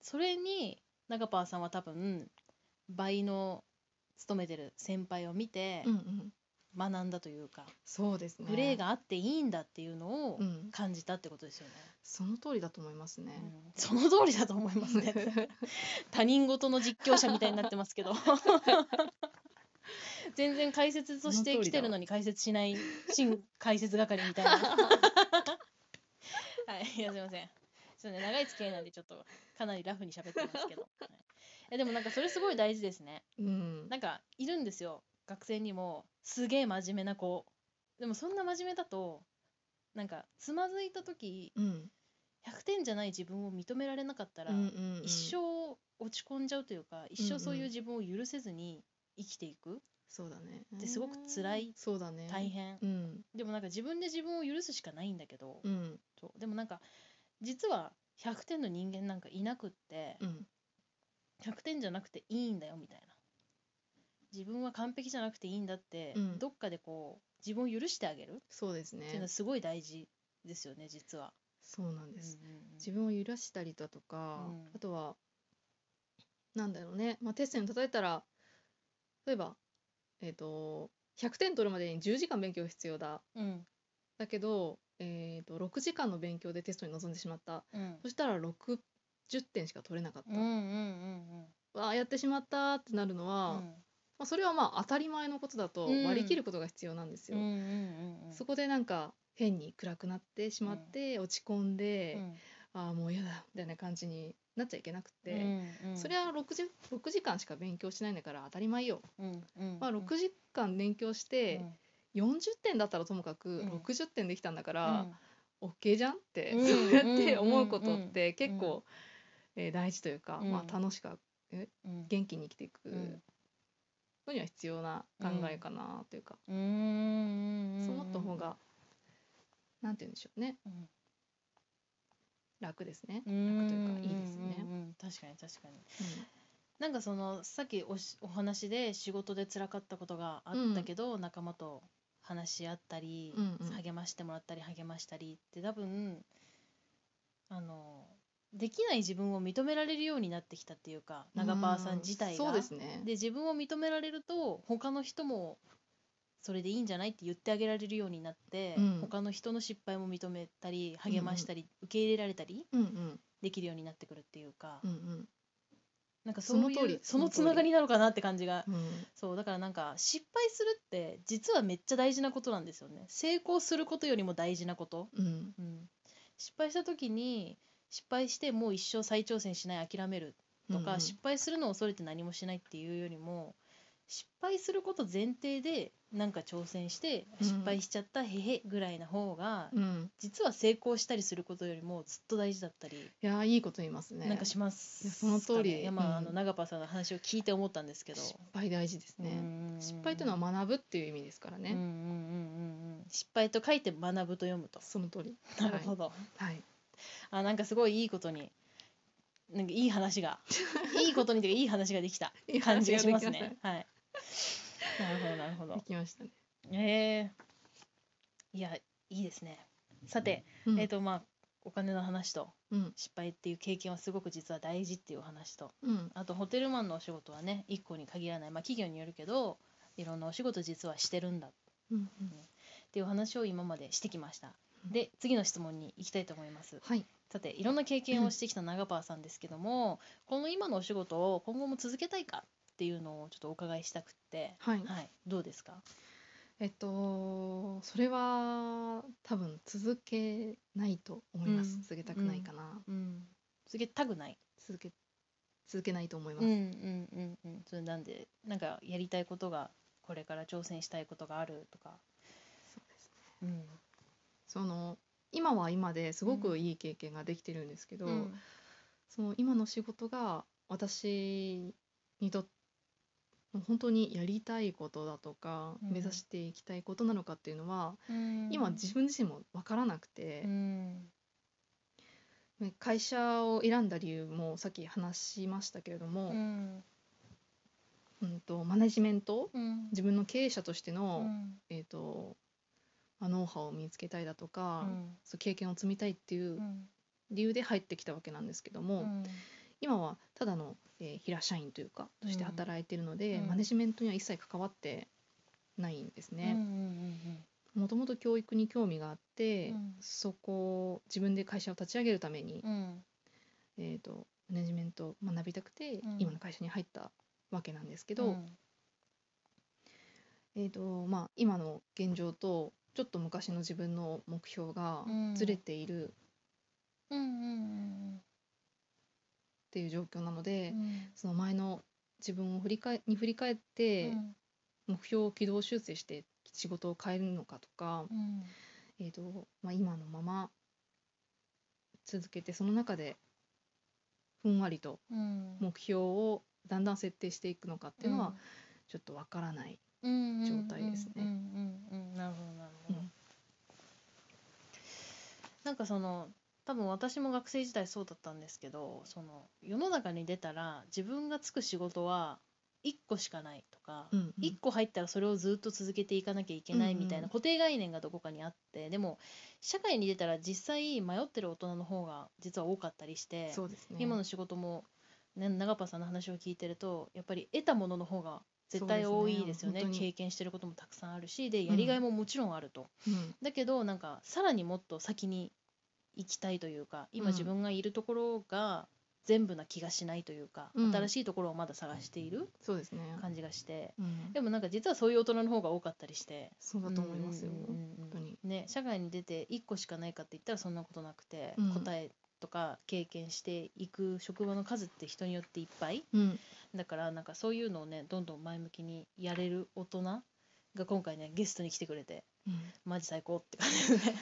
Speaker 1: それに長パーさんは多分倍の勤めてる先輩を見て
Speaker 2: うんうん。
Speaker 1: 学んだというか、
Speaker 2: そうですね。
Speaker 1: グレー。があっていいんだっていうのを
Speaker 2: うん。
Speaker 1: 感じたってことですよね。
Speaker 2: その通りだと思いますね。
Speaker 1: うんその通りだと思いますね。 (laughs) 他人事の実況者みたいになってます (laughs) けど全然解説として来てるのに解説しない新解説係みたい (laughs) なはいいやすいませんちょっとね長い付き合いなんでちょっとかなりラフに喋ってます (laughs) けど、はいいやでもなんかそれすごい大事ですね
Speaker 2: うん。
Speaker 1: なんかいるんですよ学生にもすげえ真面目な子でもそんな真面目だとなんかつまずいた時
Speaker 2: うん。
Speaker 1: 100点じゃない自分を認められなかったら、
Speaker 2: うんうんうん。
Speaker 1: 一生落ち込んじゃうというか一生そういう自分を許せずに生きていく、
Speaker 2: そうだね。
Speaker 1: ですごく辛い
Speaker 2: そうだね。
Speaker 1: 大。変
Speaker 2: うん。
Speaker 1: でもなんか自分で自分を許すしかないんだけど、
Speaker 2: うん。
Speaker 1: そうでもなんか実は100点の人間なんかいなくって、
Speaker 2: うん。
Speaker 1: 100点じゃなくていいんだよみたいな自分は完璧じゃなくていいんだって、
Speaker 2: うん
Speaker 1: どっかでこう自分を許してあげる
Speaker 2: そうです
Speaker 1: っていうの
Speaker 2: ね
Speaker 1: は。すごい大事ですよね実は。
Speaker 2: そうなんです。
Speaker 1: うんうんうん
Speaker 2: 自分を許したりだとか、
Speaker 1: うん
Speaker 2: あとはなんだろうね、まあ、テストに例えたら例えば、えー、と100点取るまでに10時間勉強必要だ
Speaker 1: うん
Speaker 2: だけど、えー、と6時間の勉強でテストに臨んでしまった
Speaker 1: うん
Speaker 2: そしたら60点しか取れなかっ
Speaker 1: うんうんう
Speaker 2: た、
Speaker 1: ん
Speaker 2: わあやってしまったってなるの
Speaker 1: う
Speaker 2: は、
Speaker 1: ん
Speaker 2: まあ、それはまあ当たり前のことだと
Speaker 1: うん
Speaker 2: 割り切ることが必要なんです
Speaker 1: うんう
Speaker 2: よ。
Speaker 1: んうんうん
Speaker 2: そこでなんか変に暗くなってしまって、落ち込んで、
Speaker 1: うん
Speaker 2: ああもう嫌だみたいな感じになっちゃいけなくて、
Speaker 1: うんうん
Speaker 2: それは 6, 6時間しか勉強しないんだから当たり前よ、
Speaker 1: うんうん
Speaker 2: まあ、
Speaker 1: うん
Speaker 2: 6時間勉強し
Speaker 1: う
Speaker 2: て
Speaker 1: ん
Speaker 2: 40点だったらともかく
Speaker 1: うん
Speaker 2: 60点できたんだか
Speaker 1: う
Speaker 2: ら
Speaker 1: ん
Speaker 2: OK じゃんって
Speaker 1: うん
Speaker 2: そうやっ
Speaker 1: うん
Speaker 2: て思うことっ
Speaker 1: う
Speaker 2: て結構えー大事というか
Speaker 1: うん
Speaker 2: まあ楽しく
Speaker 1: うん
Speaker 2: 元気に生きていく
Speaker 1: うん
Speaker 2: のには必要な考えかなというか
Speaker 1: うーん
Speaker 2: そう思った方がなんて言うんでしょうね
Speaker 1: うん
Speaker 2: 楽ですね
Speaker 1: う
Speaker 2: 楽
Speaker 1: ん
Speaker 2: というかいいですよね
Speaker 1: う。んうんうん確かに確かになんかそのさっきおしお話で仕事で辛かったことがあったけど、仲間と話し合ったり、
Speaker 2: うんうん
Speaker 1: 励ましてもらったり励ましたりって多分あのできない自分を認められるようになってきたっていうか長パーさん自体が
Speaker 2: そうですね
Speaker 1: で自分を認められると他の人もそれでいいんじゃないって言ってあげられるようになって、
Speaker 2: うん
Speaker 1: 他の人の失敗も認めたり
Speaker 2: うん
Speaker 1: 励ましたり、受け入れられたり
Speaker 2: うんうん
Speaker 1: できるようになってくるっていうか、
Speaker 2: うん
Speaker 1: なんかそういう
Speaker 2: そ
Speaker 1: そ
Speaker 2: の通
Speaker 1: のつな
Speaker 2: り
Speaker 1: がりなのかなって感じが、
Speaker 2: うんうん
Speaker 1: そうだからなんか失敗するって実はめっちゃ大事なことなんですよね成功することよりも大事なこと、
Speaker 2: うん
Speaker 1: うん、失敗した時に失敗してもう一生再挑戦しない諦めるとか、
Speaker 2: うんうん
Speaker 1: 失敗するのを恐れて何もしないっていうよりも失敗すること前提でなんか挑戦して
Speaker 2: うん
Speaker 1: 失敗しちゃったへへぐらいな方が、
Speaker 2: うん
Speaker 1: 実は成功したりすることよりもずっと大事だったり、
Speaker 2: いやーいいこと言いますね。
Speaker 1: なんか
Speaker 2: 失
Speaker 1: します、
Speaker 2: いやその通り
Speaker 1: いやまあ,、
Speaker 2: うん
Speaker 1: あの長パさんの話を聞いて思ったんですけど、
Speaker 2: 敗大事です
Speaker 1: うん
Speaker 2: ね。
Speaker 1: うんうん
Speaker 2: 失敗というのは学ぶっていう意味ですから
Speaker 1: うんうん
Speaker 2: ね。
Speaker 1: うんうんうん失敗と書いて学ぶと読むと。
Speaker 2: その通り。
Speaker 1: なるほど、
Speaker 2: はい。
Speaker 1: あなんかすごいいいことになんかいい話
Speaker 2: (laughs)
Speaker 1: がいいことにというかいい話ができた感じがしますね。はい。なるほどなるほ
Speaker 2: で
Speaker 1: ど。
Speaker 2: きましたね。
Speaker 1: ええいやいいですねさて、
Speaker 2: うん
Speaker 1: えっ、とまあお金の話と
Speaker 2: うん
Speaker 1: 失敗っていう経験はすごく実は大事っていうお話と
Speaker 2: うん
Speaker 1: あとホテルマンのお仕事はね一個に限らない、まあ、企業によるけどいろんなお仕事実はしてるんだっ
Speaker 2: うん
Speaker 1: ていう話を今までしてきました
Speaker 2: うん
Speaker 1: で次の質問に行きたいと思います
Speaker 2: はい
Speaker 1: さていろんな経験をしてきた長パーさんですけどもこの今のお仕事を今後も続けたいかっていうのをちょっとお伺いしたくって、
Speaker 2: はい
Speaker 1: はい、どうですか
Speaker 2: えっとそれは多分続けないと思います、
Speaker 1: うん
Speaker 2: 続けたくないかな、
Speaker 1: うん続けたくない
Speaker 2: 続け続けないと思いま
Speaker 1: う
Speaker 2: す、
Speaker 1: んうんうんうんそれなんでなんかやりたいことがこれから挑戦したいことがあるとか
Speaker 2: そうですね
Speaker 1: うん
Speaker 2: その今は今ですごくいい経験ができてるんですけど、
Speaker 1: うん
Speaker 2: その今の仕事が私にとって本当にやりたいことだとか、
Speaker 1: うん
Speaker 2: 目指していきたいことなのかっていうのは、
Speaker 1: うん
Speaker 2: 今自分自身も分からなくて
Speaker 1: う、ん
Speaker 2: ね会社を選んだ理由もさっき話しましたけれど
Speaker 1: う
Speaker 2: も、
Speaker 1: ん
Speaker 2: うんとマネジメント
Speaker 1: うん
Speaker 2: 自分の経営者としての、
Speaker 1: うん
Speaker 2: えーとまあノウハウを身につけたいだとか、
Speaker 1: うん
Speaker 2: そう経験を積みたいっていう
Speaker 1: うん
Speaker 2: 理由で入ってきたわけなんですけども、
Speaker 1: うん
Speaker 2: 今はただの、えー平社員というかとして
Speaker 1: うん
Speaker 2: 働いているので、
Speaker 1: うん
Speaker 2: マネジメントには一切関わってないんです
Speaker 1: うん
Speaker 2: ね。
Speaker 1: うん
Speaker 2: もともと教育に興味があって、
Speaker 1: うん
Speaker 2: そこを自分で会社を立ち上げるために
Speaker 1: う、ん
Speaker 2: えー、とマネジメントを学びたくて、
Speaker 1: うん
Speaker 2: 今の会社に入ったわけなんですけ
Speaker 1: け
Speaker 2: ど、えーとまあ、今の現状とちょっと昔の自分の目標が
Speaker 1: うん
Speaker 2: ずれているっ
Speaker 1: うんうん
Speaker 2: ていう状況なの
Speaker 1: う
Speaker 2: で、
Speaker 1: ん
Speaker 2: その前の自分を振り返に振り返っ
Speaker 1: う
Speaker 2: て、
Speaker 1: ん
Speaker 2: 目標を軌道修正して仕事を変えるのかとか、
Speaker 1: うん
Speaker 2: えーとまあ、今のまま続けてその中でふんわりと
Speaker 1: うん
Speaker 2: 目標をだんだん設定していくのかっていうのはちょっとわからない、
Speaker 1: うん
Speaker 2: 状態ですね
Speaker 1: うんうんうんうんなるほどなるほど、なんかその多分私も学生時代そうだったんですけどその世の中に出たら自分がつく仕事は1個しかないとか、
Speaker 2: うんうん
Speaker 1: 1個入ったらそれをずっと続けていかなきゃいけないみたい
Speaker 2: うんう
Speaker 1: なん固定概念がどこかにあってでも社会に出たら実際迷ってる大人の方が実は多かったりして、
Speaker 2: そうですね
Speaker 1: 今の仕事も、ね、長パさんの話を聞いてるとやっぱり得たものの方が絶対
Speaker 2: そう
Speaker 1: 多
Speaker 2: ですね
Speaker 1: いですよね
Speaker 2: 本当
Speaker 1: 経
Speaker 2: に
Speaker 1: 験してることもたくさんあるしでやりがいももちろんあると。
Speaker 2: うん
Speaker 1: だけどなんかさらにもっと先に行きたいというか今
Speaker 2: うん
Speaker 1: 自分がいるところが全部な気がしないというか、
Speaker 2: うん
Speaker 1: 新しいところをまだ探している
Speaker 2: そうですね、
Speaker 1: 感じがして、
Speaker 2: うん
Speaker 1: でもなんか実はそういう大人の方が多かったりして
Speaker 2: そうだと思いますよ、
Speaker 1: うんうんうんうん
Speaker 2: 本当に
Speaker 1: ね、社会に出て1個しかないかって言ったらそんなことなくて、
Speaker 2: うん
Speaker 1: 答えとか経験していく職場の数って人によっていっぱい
Speaker 2: うん
Speaker 1: だからなんかそういうのをねどんどん前向きにやれる大人が今回ねゲストに来てくれて
Speaker 2: うん
Speaker 1: マジ最高って感じですね。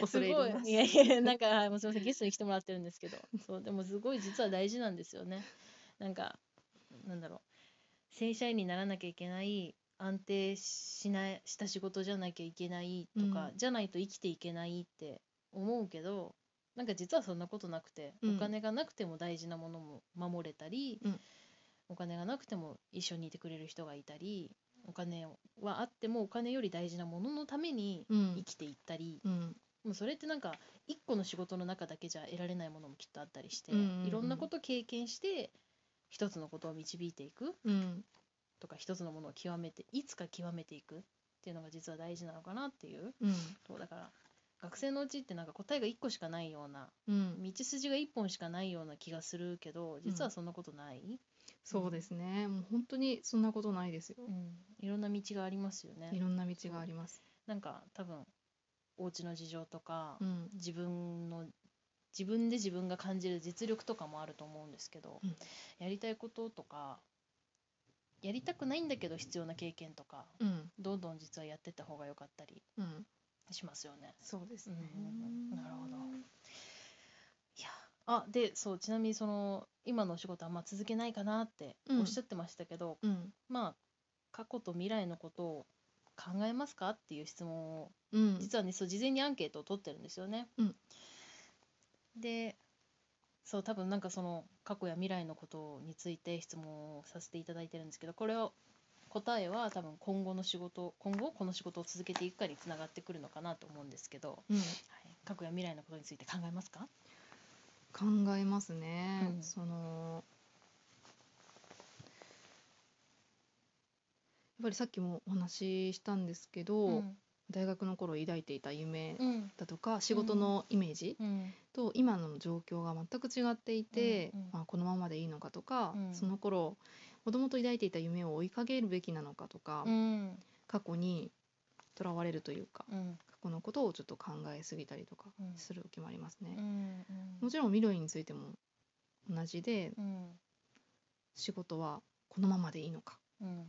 Speaker 2: 恐れ入ります
Speaker 1: いやい
Speaker 2: (laughs)
Speaker 1: やなんかはいもうすみませんゲストに来てもらってるんですけどそうでもすごい実は大事なんですよねなんかなんだろう正社員にならなきゃいけない安定しないした仕事じゃなきゃいけないとか、
Speaker 2: う
Speaker 1: じゃないと生きていけないって思うけどなんか実はそんなことなくて、
Speaker 2: うん
Speaker 1: お金がなくても大事なものも守れたり、
Speaker 2: うん
Speaker 1: お金がなくても一緒にいてくれる人がいたりお金はあってもお金より大事なもののために
Speaker 2: うん
Speaker 1: 生きていったり、
Speaker 2: うん
Speaker 1: でもそれってなんか一個の仕事の中だけじゃ得られないものもきっとあったりして、
Speaker 2: うんうんうん
Speaker 1: いろんなことを経験して一つのことを導いていく
Speaker 2: うん
Speaker 1: とか一つのものを極めていつか極めていくっていうのが実は大事なのかなっていう
Speaker 2: うん
Speaker 1: そうだから学生のうちってなんか答えが一個しかないような
Speaker 2: うん
Speaker 1: 道筋が一本しかないような気がするけど実はそんなことない、
Speaker 2: そうですねもう本当にそんなことないですよ、
Speaker 1: うんいろんな道がありますよ
Speaker 2: い
Speaker 1: ね。
Speaker 2: ろんな道があります、
Speaker 1: なんか多分お家の事情とか、
Speaker 2: うん
Speaker 1: 自分の自分で自分が感じる実力とかもあると思うんですけど、
Speaker 2: うん
Speaker 1: やりたいこととかやりたくないんだけど必要な経験とか
Speaker 2: うん
Speaker 1: どんどん実はやってった方が良かったり
Speaker 2: うん、
Speaker 1: しますよね。
Speaker 2: そうですね、
Speaker 1: うんなるほどいやあでそうちなみにその今のお仕事あんま続けないかなって
Speaker 2: うん
Speaker 1: おっしゃってましたけど、
Speaker 2: うん
Speaker 1: まあ過去と未来のことを考えますかっていう質問を
Speaker 2: うん
Speaker 1: 実はねそう事前にアンケートを取ってるんですよね。
Speaker 2: うん
Speaker 1: でそう多分なんかその過去や未来のことについて質問をさせていただいてるんですけどこれを答えは多分今後の仕事今後この仕事を続けていくかにつながってくるのかなと思うんですけど、
Speaker 2: うん
Speaker 1: はい、過去や未来のことについて考えますか
Speaker 2: 考えますね、
Speaker 1: うん
Speaker 2: そのやっぱりさっきもお話ししたんですけど、
Speaker 1: うん
Speaker 2: 大学の頃抱いていた夢
Speaker 1: うん
Speaker 2: だとか仕事のイメージ
Speaker 1: うん
Speaker 2: と今の状況が全く違っていて、
Speaker 1: うんうん
Speaker 2: まあ、このままでいいのかとか、
Speaker 1: うん
Speaker 2: その頃もともと抱いていた夢を追いかけるべきなのかとか、
Speaker 1: うん
Speaker 2: 過去にとらわれるというか
Speaker 1: うん
Speaker 2: 過去のことをちょっと考えすぎたりとか
Speaker 1: うん
Speaker 2: する時もありますね。
Speaker 1: うん
Speaker 2: もちろん未来についても同じで
Speaker 1: うん
Speaker 2: 仕事はこのままでいいのか
Speaker 1: うん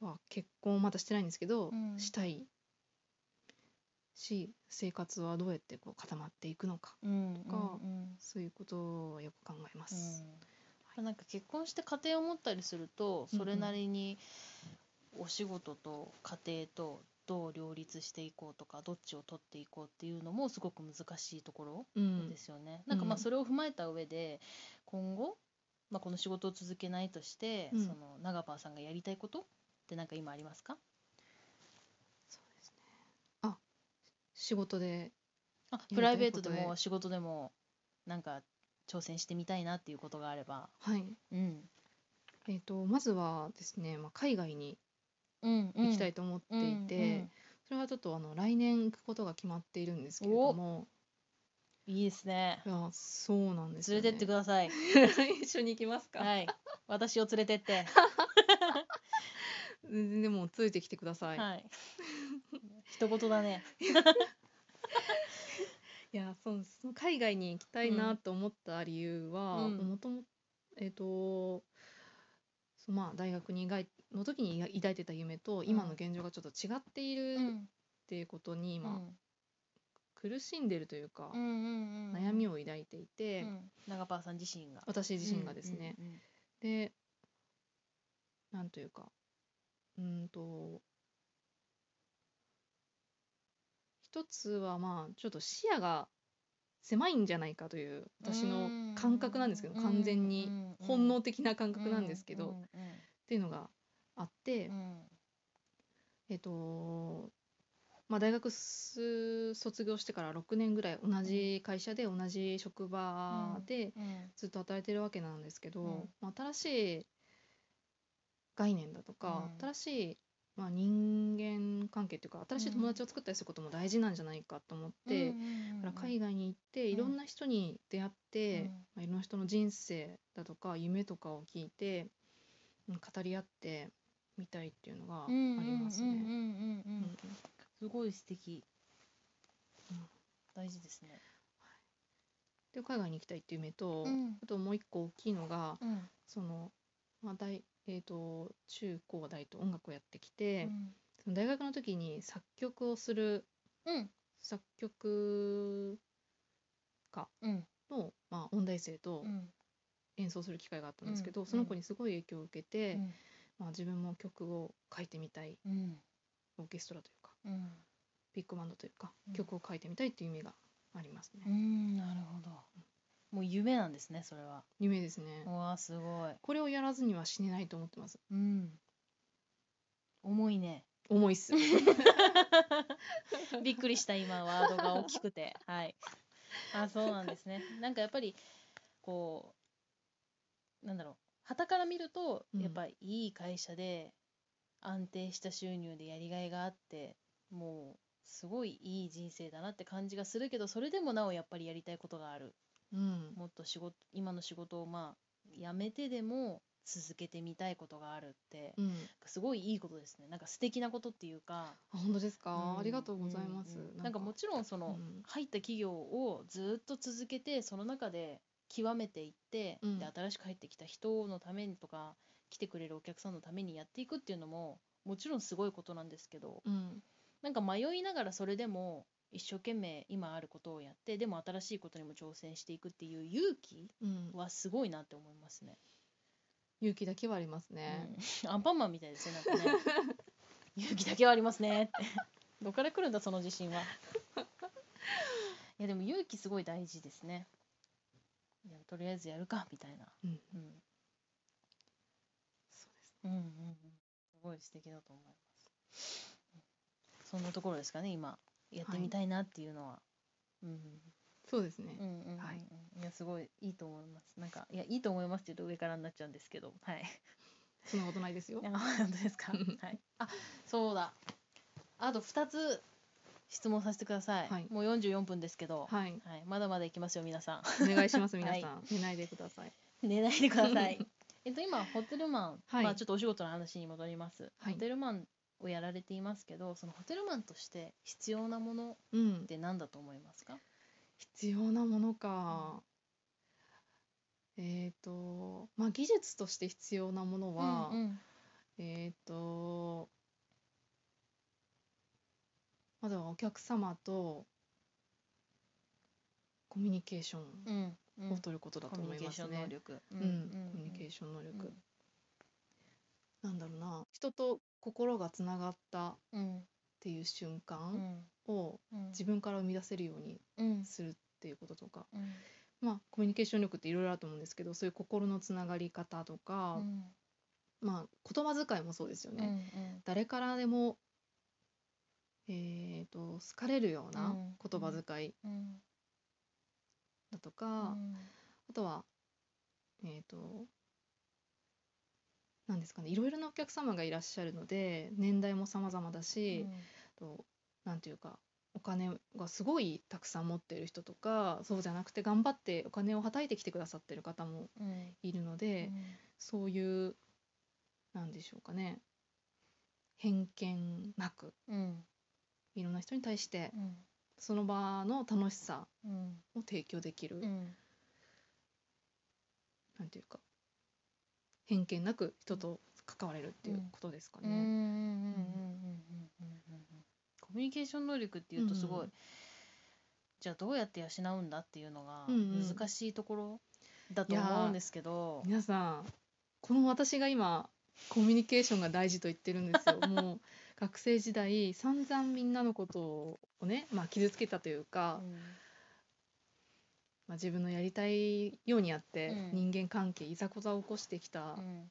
Speaker 2: は結婚をまだしてないんですけど、
Speaker 1: うん
Speaker 2: したいし生活はどうやってこう固まっていくのか
Speaker 1: うん
Speaker 2: とか
Speaker 1: うん
Speaker 2: そういうことはよく考えます。
Speaker 1: うん、なんか結婚して家庭を持ったりすると
Speaker 2: うんうん
Speaker 1: それなりにお仕事と家庭とどう両立していこうとかどっちを取っていこうっていうのもすごく難しいところ
Speaker 2: うん
Speaker 1: ですよね。なんかまあそれを踏まえた上で今後、まあ、この仕事を続けないとして、
Speaker 2: うん
Speaker 1: その長パーさんがやりたいことってなんか今ありますか
Speaker 2: そうですねあ仕事で
Speaker 1: あ
Speaker 2: い
Speaker 1: プライベート
Speaker 2: こと
Speaker 1: で
Speaker 2: で
Speaker 1: も仕事でもなんか挑戦してみたいなっていうことがあれば。
Speaker 2: はい、
Speaker 1: うん
Speaker 2: えー、とまずはですね、まあ、海外に
Speaker 1: うんうん、
Speaker 2: 行きたいと思っていて、
Speaker 1: うんうん
Speaker 2: それはちょっとあの来年行くことが決まっているんですけれども
Speaker 1: いいですね。
Speaker 2: いやそうなんですよ、
Speaker 1: 連
Speaker 2: ね、
Speaker 1: れてってくだ (laughs) さい。
Speaker 2: 一緒に行きますか、
Speaker 1: はい。私を連れてって。
Speaker 2: うんでもついてきてください、
Speaker 1: はい。一言だね。
Speaker 2: い、やそうその海外に行きたいなと思った理由は、
Speaker 1: うん
Speaker 2: もともえっ、とそうまあ大学に抱いの時に抱いてた夢と今の現状がちょっと違っていうるっ
Speaker 1: ん。
Speaker 2: ていうことに
Speaker 1: う
Speaker 2: 今、
Speaker 1: ん。
Speaker 2: 苦しんでるというか
Speaker 1: う、ん。
Speaker 2: 悩み
Speaker 1: を。
Speaker 2: を抱いていて、
Speaker 1: うん長パーさん自身が。
Speaker 2: 私自身がですね、
Speaker 1: うん。うん
Speaker 2: でなんというかうーんと一つはまあちょっと視野が狭いんじゃないかという私の感覚なんですけど
Speaker 1: うん
Speaker 2: 完全
Speaker 1: う
Speaker 2: に
Speaker 1: ん
Speaker 2: 本能的な感覚なんですけど、
Speaker 1: う
Speaker 2: っ
Speaker 1: んうん
Speaker 2: ていうのがあって
Speaker 1: う、ん
Speaker 2: えっとまあ、大学す卒業してから6年ぐらい同じ会社で同じ職場で、
Speaker 1: うん
Speaker 2: ずっと働いてるわけなんですけど、
Speaker 1: うん
Speaker 2: まあ、新しい概念だとか、
Speaker 1: うん
Speaker 2: 新しい、まあ、人間関係っていうか新しい友達を作ったりすることも大事なんじゃないかと思って、
Speaker 1: うんうんうん
Speaker 2: だから海外に行っていろんな人に出会って、
Speaker 1: うん
Speaker 2: まあ、いろんな人の人生だとか夢とかを聞いてうん語り合ってみたいっていうのがあ
Speaker 1: う
Speaker 2: り
Speaker 1: ん
Speaker 2: ます
Speaker 1: うんうんうん
Speaker 2: ね。
Speaker 1: うんう
Speaker 2: うんん
Speaker 1: すごい素敵
Speaker 2: うん。
Speaker 1: 大事ですね。
Speaker 2: で海外に行きたいっていう夢と、
Speaker 1: うん
Speaker 2: あともう一個大きいのが
Speaker 1: うん。
Speaker 2: その、まあ大えー、と中高大と音楽をやってきて。
Speaker 1: うん
Speaker 2: その大学の時に作曲をする
Speaker 1: うん。
Speaker 2: 作曲
Speaker 1: うん。
Speaker 2: の、まあ、音大生と
Speaker 1: うん
Speaker 2: 演奏する機会があったんですけど、
Speaker 1: うん
Speaker 2: その子にすごい影響を受けて、
Speaker 1: うん
Speaker 2: まあ、自分も曲を書いてみたい
Speaker 1: うん。
Speaker 2: オーケストラというか
Speaker 1: うん。
Speaker 2: ビッグバンドというか、
Speaker 1: うん
Speaker 2: 曲を書いてみたいっていう夢がありますね、
Speaker 1: うんなるほどもう夢なんですねそれは
Speaker 2: 夢ですね、
Speaker 1: うわーすごい
Speaker 2: これをやらずには死ねないと思ってます
Speaker 1: うん重いね
Speaker 2: 重いっす
Speaker 1: びっくりした今ワードが大きく (laughs) てはいあそうなんですねなんかやっぱりこうなんだろう傍から見ると
Speaker 2: うん
Speaker 1: やっぱいい会社で安定した収入でやりがいがあってもうすごいいい人生だなって感じがするけどそれでもなおやっぱりやりたいことがある
Speaker 2: うん
Speaker 1: もっと仕事今の仕事をまあやめてでも続けてみたいことがあるって、
Speaker 2: うん、
Speaker 1: すごいいいことですねなんか素敵なことっていうか
Speaker 2: あ本当ですか、
Speaker 1: うん
Speaker 2: ありがとうございます、
Speaker 1: うんなんかもちろんその、
Speaker 2: うん
Speaker 1: 入った企業をずっと続けてその中で極めていって、
Speaker 2: うん
Speaker 1: で新しく入ってきた人のためにとか来てくれるお客さんのためにやっていくっていうのももちろんすごいことなんですけど
Speaker 2: うん
Speaker 1: なんか迷いながらそれでも一生懸命今あることをやってでも新しいことにも挑戦していくっていう勇気
Speaker 2: うん、
Speaker 1: はすごいなって思いますね。
Speaker 2: 勇気だけはありますね、
Speaker 1: うん、アンパンマンみたいですよなんかね。勇気だけはありますねって。どっから来るんだその自信は。いやでも勇気すごい大事ですね。いやとりあえずやるかみたいな。
Speaker 2: うん
Speaker 1: うん。
Speaker 2: そうです
Speaker 1: うんうんうん。ごい素敵だと思います。そんなところですかね、今やってみたいなっていうのは。うん
Speaker 2: そうですね
Speaker 1: う。んうんうんうん
Speaker 2: はい
Speaker 1: いやすごいいいと思います。なんかいやいいと思いますって言うと上からになっちゃうんですけど、はい。
Speaker 2: そんなことないですよ。
Speaker 1: あ本当ですか。はい。あそうだ。あと二つ質問させてください。
Speaker 2: はい
Speaker 1: もう四十四分ですけど、
Speaker 2: はい。
Speaker 1: はい、まだまだいきますよ皆さん。 (laughs)
Speaker 2: お願いします
Speaker 1: はい
Speaker 2: 皆さん、寝ないでください。
Speaker 1: 寝ないでください。えっと今ホテルマン、
Speaker 2: はい
Speaker 1: まあちょっとお仕事の話に戻ります。
Speaker 2: はい
Speaker 1: ホテルマンをやられていますけど、そのホテルマンとして必要なもの
Speaker 2: うん
Speaker 1: っ。て何だと思いますか？
Speaker 2: 必要なものか。えっ、とまあ技術として必要なものは、
Speaker 1: うんうん
Speaker 2: えっ、とまずはお客様とコミュニケーション
Speaker 1: うんうん
Speaker 2: を取ることだ
Speaker 1: コ
Speaker 2: と
Speaker 1: ミ
Speaker 2: 思
Speaker 1: ュニケ
Speaker 2: いま
Speaker 1: ーシ
Speaker 2: す
Speaker 1: ョン
Speaker 2: ね
Speaker 1: 能。力。
Speaker 2: う、
Speaker 1: うん
Speaker 2: コミュニケー
Speaker 1: シ
Speaker 2: ション能力、
Speaker 1: うん
Speaker 2: なんだろうな人と心がつながったっ
Speaker 1: うん
Speaker 2: ていう瞬
Speaker 1: う
Speaker 2: 間
Speaker 1: ん
Speaker 2: を
Speaker 1: うん
Speaker 2: 自分から生み出せるように
Speaker 1: うん
Speaker 2: するっていうこととか、
Speaker 1: うん
Speaker 2: まあ、コミュニケーション力っていろいろあると思うんですけどそういう心のつながり方と
Speaker 1: う
Speaker 2: か、
Speaker 1: ん
Speaker 2: まあ、言葉遣いもそうですよね、
Speaker 1: うんうん
Speaker 2: 誰からでも、えー、と好かれるよう
Speaker 1: う
Speaker 2: なん言葉遣い
Speaker 1: うん
Speaker 2: だと
Speaker 1: う
Speaker 2: か、
Speaker 1: ん
Speaker 2: あとはえっ、となんですかねいろいろなお客様がいらっしゃるので年代も様々だし、となんていうかお金がすごいたくさん持っている人とかそうじゃなくて頑張ってお金をはたいてきてくださってる方も
Speaker 1: うんうん
Speaker 2: いるので、そういうなんでしょうかね偏見なく
Speaker 1: うん
Speaker 2: いろんな人に対して
Speaker 1: うん
Speaker 2: その場の楽しさ
Speaker 1: うん
Speaker 2: を提供できる、
Speaker 1: うん
Speaker 2: なんていうか偏見なく人と関われるっていうことですか
Speaker 1: うんうんうんうんうんうんうんうん
Speaker 2: ね。
Speaker 1: うんコミュニケーション能力っていうとすごい、
Speaker 2: うん
Speaker 1: じゃあどうやって養うんだっていうのが
Speaker 2: うんうん
Speaker 1: 難しいところだと
Speaker 2: いやー
Speaker 1: 思うんですけど、
Speaker 2: 皆さんこの私が今コミュニケーションが大事と言ってるんですよ
Speaker 1: (laughs)
Speaker 2: もう学生時代散々みんなのことをね、まあ、傷つけたというか、まあ、自分のやりたいようにやって
Speaker 1: う
Speaker 2: 人間関係いざこざを起こしてきた、
Speaker 1: うん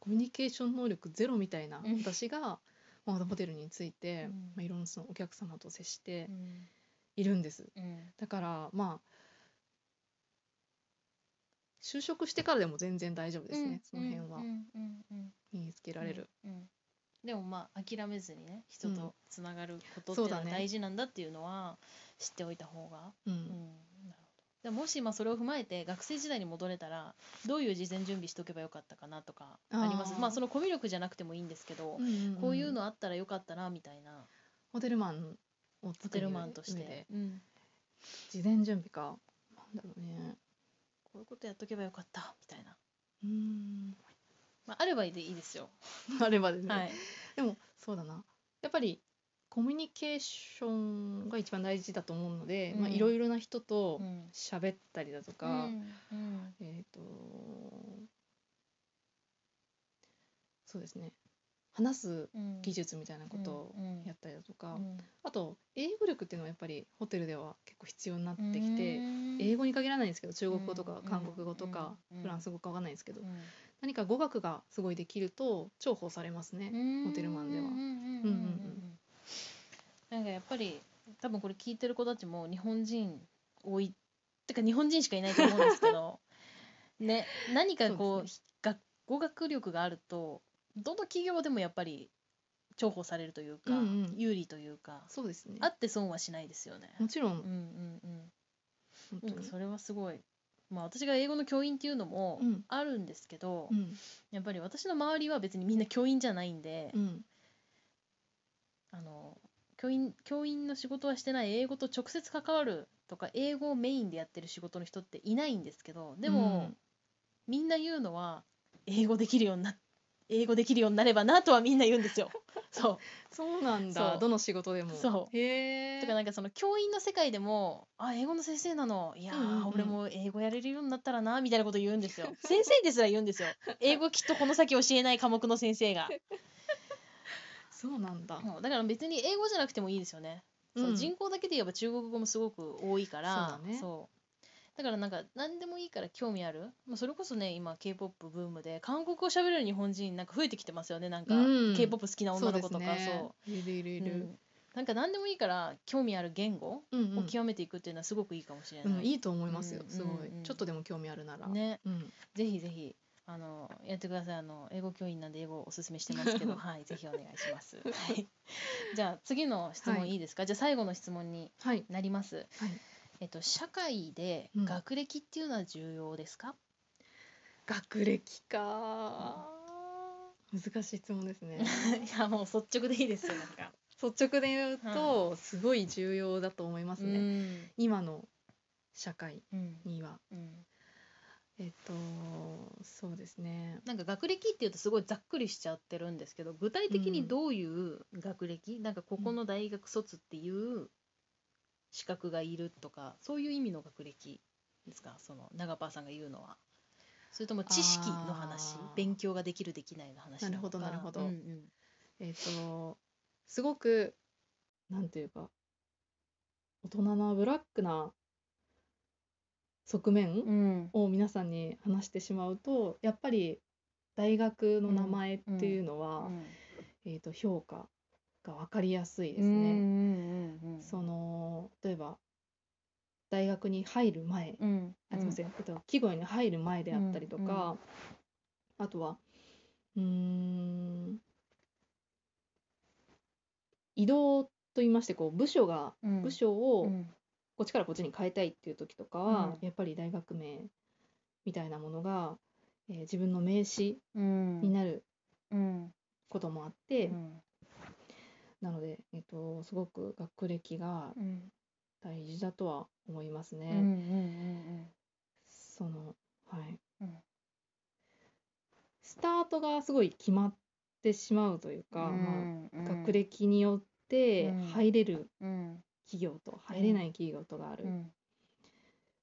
Speaker 2: コミュニケーション能力ゼロみたいな
Speaker 1: うん
Speaker 2: 私が、まあ、ホテルについて、
Speaker 1: うん
Speaker 2: まあ、いろんなそのお客様と接して
Speaker 1: うん
Speaker 2: いるんです。
Speaker 1: うん
Speaker 2: だからまあ就職してからでも全然大丈夫ですね、その辺は
Speaker 1: うんうんうん
Speaker 2: 身につけられる、
Speaker 1: うんうんでもまあ諦めずにね人とつながることって
Speaker 2: そ
Speaker 1: いううの
Speaker 2: だ
Speaker 1: は
Speaker 2: ね
Speaker 1: 大事なんだっていうのは知っておいた方が
Speaker 2: うん
Speaker 1: うんなるほどでももし今それを踏まえて学生時代に戻れたらどういう事前準備しておけばよかったかなとかあります
Speaker 2: あー
Speaker 1: まあそのコミュ力じゃなくてもいいんですけど、
Speaker 2: んんん
Speaker 1: こういうのあったらよかったなみたいな
Speaker 2: ホテルマンを
Speaker 1: ホ
Speaker 2: 作
Speaker 1: テ
Speaker 2: る
Speaker 1: ルマンとし
Speaker 2: 上
Speaker 1: て
Speaker 2: で、
Speaker 1: うん
Speaker 2: 事前準備かなんだろうね
Speaker 1: こういうことやっとけばよかったみたいな、
Speaker 2: うーん
Speaker 1: まあ、あればいいでいいですよ。
Speaker 2: あればですね、
Speaker 1: はい、
Speaker 2: でもそうだなやっぱりコミュニケーションが一番大事だと思うので、
Speaker 1: うん
Speaker 2: まあ、いろいろな人と
Speaker 1: うん
Speaker 2: 喋ったりだと
Speaker 1: う
Speaker 2: か、
Speaker 1: んうん
Speaker 2: えっ、とそうですね話す
Speaker 1: うん
Speaker 2: 技術みたいなことを
Speaker 1: うんうん
Speaker 2: やったりだとか、
Speaker 1: うん
Speaker 2: あと英語力っていうのはやっぱりホテルでは結構必要になってきて、
Speaker 1: うん
Speaker 2: 英語に限らないんですけど中国語とか
Speaker 1: うん
Speaker 2: 韓国語とか
Speaker 1: うん
Speaker 2: フランス語かわかんないですけど
Speaker 1: うん
Speaker 2: 何か語学がすごいできると重宝されますね。ホテルマンでは
Speaker 1: うんうんうんうんうん
Speaker 2: うんうん
Speaker 1: なんかやっぱり多分これ聞いてる子たちも日本人多いてか日本人しかいないと思うんですけ
Speaker 2: (laughs)
Speaker 1: どね何かこう
Speaker 2: そうで
Speaker 1: が語学力があるとどの企業でもやっぱり重宝されるというか、
Speaker 2: うんうん
Speaker 1: 有利というか
Speaker 2: そうですね
Speaker 1: あって損はしないですよね。
Speaker 2: もちろん
Speaker 1: うんうんうん
Speaker 2: 本当
Speaker 1: なんか
Speaker 2: に
Speaker 1: それはすごい、まあ、私が英語の教員っていうのも
Speaker 2: うん
Speaker 1: あるんですけど、
Speaker 2: うん
Speaker 1: やっぱり私の周りは別にみんな教員じゃないんで、
Speaker 2: うん
Speaker 1: あの教員教員の仕事はしてない英語と直接関わるとか英語をメインでやってる仕事の人っていないんですけどでも、みんな言うのは英語できるようにな英語できるようになればなとはみんな言うんです
Speaker 2: (laughs)
Speaker 1: よ。そう
Speaker 2: そうなん
Speaker 1: そ
Speaker 2: だ
Speaker 1: う
Speaker 2: どの仕事でも
Speaker 1: そ
Speaker 2: へえ
Speaker 1: とかなんかその教員の世界でも「あ英語の先生なのいやー、
Speaker 2: うんうんうん
Speaker 1: 俺も英語やれるようになったらな」みたいなこと言うんですよ先生ですら言うんですよ英語きっとこの先教えない科目の先生が
Speaker 2: そうなんだ
Speaker 1: そうだから別に英語じゃなくてもいいですよねそううん人口だけで言えば中国語もすごく多いから
Speaker 2: そうだね
Speaker 1: そうだだからなんか何でもいいから興味ある、まあ、それこそね今 k p o p ブームで韓国を喋れる日本人なんか増えてきてますよねなんか、
Speaker 2: うん
Speaker 1: k p o p 好きな
Speaker 2: そ
Speaker 1: 女の
Speaker 2: うで
Speaker 1: 子
Speaker 2: す
Speaker 1: とか
Speaker 2: ねいるいる
Speaker 1: そう
Speaker 2: いうる
Speaker 1: んなんか何でもいいから興味ある言語
Speaker 2: うんうん
Speaker 1: を極めていくっていうのはすごくいいかもしれ
Speaker 2: うん
Speaker 1: ない、
Speaker 2: いいと思いますよ
Speaker 1: うん
Speaker 2: すごい
Speaker 1: うん
Speaker 2: ちょっとでも興味あるなら
Speaker 1: ね
Speaker 2: うん
Speaker 1: ぜひぜひあのやってくださいあの英語教員なんで英語おすすめしてます (laughs) けどはいぜひお願いします、はい、じゃあ次の質問いいですか、じゃあ最後の質問に
Speaker 2: はい
Speaker 1: なります、
Speaker 2: はい
Speaker 1: えっと、社会で
Speaker 2: うん
Speaker 1: 学歴っていうのは重要ですか、 (laughs)
Speaker 2: 学歴か難しい質問ですね
Speaker 1: いやもう率直でいいですよなんか。
Speaker 2: 率直で言うとすごい重要だと思いますね
Speaker 1: ね
Speaker 2: 今の社会
Speaker 1: うん
Speaker 2: には
Speaker 1: うん
Speaker 2: えっとそうですね
Speaker 1: なんか学歴っていうとすごいざっくりしちゃってるんですけど具体的にどういう学歴、なんかここの大学卒っていう資格がいるとかそういう意味の学歴ですかその長パーさんが言うのは。それとも知識の話
Speaker 2: あー
Speaker 1: 勉強ができるできないの話のか
Speaker 2: なるほどなるほど
Speaker 1: うんうん
Speaker 2: えっ、とすごくなんていうか大人なブラックな側面
Speaker 1: うん
Speaker 2: を皆さんに話してしまうとやっぱり大学の名前っていうのは、えっと評価が分かりやすいです
Speaker 1: うん
Speaker 2: ね。
Speaker 1: うんうんうん
Speaker 2: その例えば大学に入る前、
Speaker 1: うん
Speaker 2: あすみません、えっと、季語に入る前であったりとか、あとはうーん移動と言いましてこう部署が、
Speaker 1: うん
Speaker 2: 部署を
Speaker 1: うん
Speaker 2: こっちからこっちに変えたいっていう時とかは、
Speaker 1: うん
Speaker 2: やっぱり大学名みたいなものが、えー自分の名詞
Speaker 1: うん
Speaker 2: になる
Speaker 1: うん
Speaker 2: こともあって、
Speaker 1: うん
Speaker 2: なので、えっと、すごく学歴が
Speaker 1: うん
Speaker 2: 大事だとは思いますね。
Speaker 1: うんうん
Speaker 2: そのはい
Speaker 1: うんうん
Speaker 2: スタートがすごい決まってしまうというか、まあ、学歴によって
Speaker 1: うん
Speaker 2: 入れる
Speaker 1: うん
Speaker 2: 企業と入れない企業とがある、
Speaker 1: うん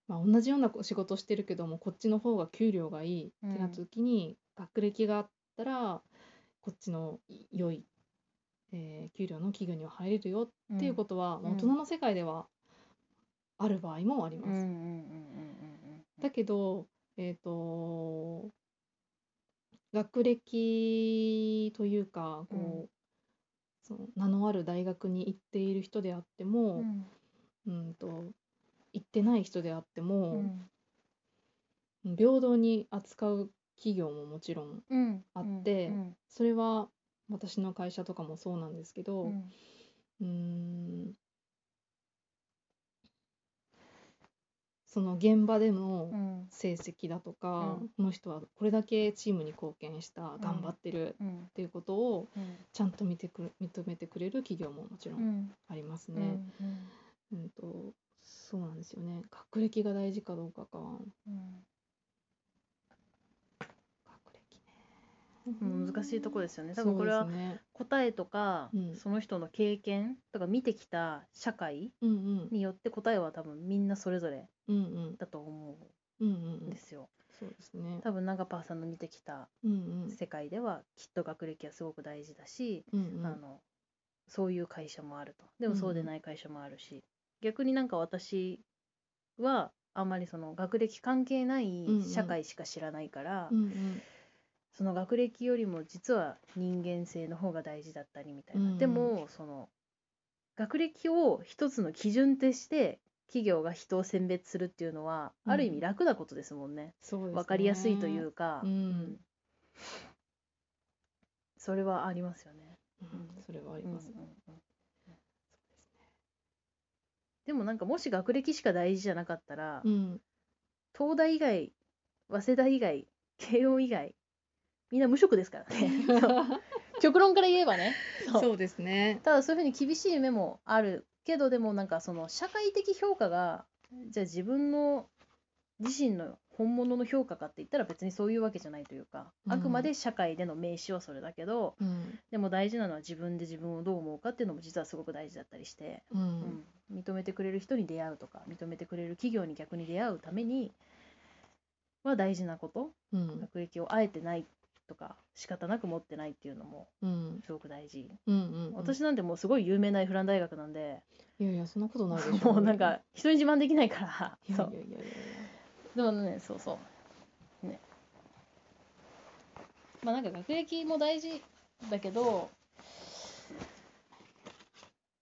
Speaker 2: まあ、同じような仕事してるけどもこっちの方が給料がいいってなった時に、学歴があったらこっちの良い、えー給料の企業には入れるよっていうことは、まあ
Speaker 1: うん
Speaker 2: 大人の世界ではある場合もあり
Speaker 1: と
Speaker 2: ま
Speaker 1: うんうん
Speaker 2: す。
Speaker 1: うんうん
Speaker 2: だけど、えー、と学歴というかこう、その名のある大学に行っている人であって
Speaker 1: うんう
Speaker 2: も、
Speaker 1: ん
Speaker 2: うん、と行ってない人であって
Speaker 1: う
Speaker 2: も、
Speaker 1: ん
Speaker 2: 平等に扱う企業ももちろん
Speaker 1: うん
Speaker 2: あって
Speaker 1: うん
Speaker 2: それは私の会社とかもそうなんですけど、
Speaker 1: う
Speaker 2: うんーんその現場での、
Speaker 1: うん
Speaker 2: 成績だとか、
Speaker 1: うん
Speaker 2: この人はこれだけチームに貢献した
Speaker 1: ん
Speaker 2: 頑張ってる
Speaker 1: う
Speaker 2: っ
Speaker 1: ん
Speaker 2: ていうことを
Speaker 1: うん
Speaker 2: ちゃんと見てくる認めてくれる企業ももちろ
Speaker 1: うんん
Speaker 2: あります
Speaker 1: う
Speaker 2: ね。
Speaker 1: んうん
Speaker 2: うんとそうなんですよね学歴が大事かどうかか
Speaker 1: うん
Speaker 2: 学
Speaker 1: う
Speaker 2: 歴ね
Speaker 1: ん難しいとこですよね多分これは
Speaker 2: そうですね
Speaker 1: 答えとか
Speaker 2: うん
Speaker 1: その人の経験とか見てきた社会
Speaker 2: うんうん
Speaker 1: によって答えは多分みんなそれぞれ
Speaker 2: うんうん
Speaker 1: だと思
Speaker 2: うんう
Speaker 1: うん
Speaker 2: うんん
Speaker 1: ですよ
Speaker 2: そうですね
Speaker 1: 多分長パーさんの見てきた
Speaker 2: うんうん
Speaker 1: 世界ではきっと学歴はすごく大事だし、
Speaker 2: うんう
Speaker 1: あ
Speaker 2: ん
Speaker 1: のそういう会社もあるとでも
Speaker 2: うんうん
Speaker 1: そうでない会社もあるし、逆になんか私はあんまりその学歴関係ない
Speaker 2: うんうん
Speaker 1: 社会しか知らないから、
Speaker 2: うんうん
Speaker 1: その学歴よりも実は人間性の方が大事だったりみたいな、
Speaker 2: うんうん
Speaker 1: でもその学歴を一つの基準として企業が人を選別するっていうのは、
Speaker 2: うん
Speaker 1: ある意味楽なことですもんね
Speaker 2: そうですね
Speaker 1: 分かりやすいというか、
Speaker 2: うん
Speaker 1: うんそれはありますよね。
Speaker 2: うんそれはあります
Speaker 1: うんうんうんでもなんかもし学歴しか大事じゃなかったら、
Speaker 2: うん
Speaker 1: 東大以外早稲田以外慶応以外みんな無職ですからねそう (laughs) 極論から言えばねそう
Speaker 2: そうですね
Speaker 1: ただそういうふうに厳しい目もあるけどでもなんかその社会的評価がじゃあ自分の自身の本物の評価かって言ったら別にそういうわけじゃないというか、
Speaker 2: うん
Speaker 1: あくまで社会での名詞はそれだけど
Speaker 2: うん
Speaker 1: でも大事なのは自分で自分をどう思うかっていうのも実はすごく大事だったりして、
Speaker 2: う
Speaker 1: うんん、認めてくれる人に出会うとか認めてくれる企業に逆に出会うためには大事なこと
Speaker 2: うん
Speaker 1: 学歴をあえてないとか仕方なく持ってないっていうのも
Speaker 2: うん
Speaker 1: すごく大事、
Speaker 2: うんうんうん
Speaker 1: 私なんてもうすごい有名なフラン大学なんで
Speaker 2: いやいやそんなことないでしょ
Speaker 1: (laughs) もうなんか人に自慢できないから
Speaker 2: いやい
Speaker 1: そ
Speaker 2: や
Speaker 1: う
Speaker 2: いやいやいや
Speaker 1: でもねそうそうねまあなんか学歴も大事だけど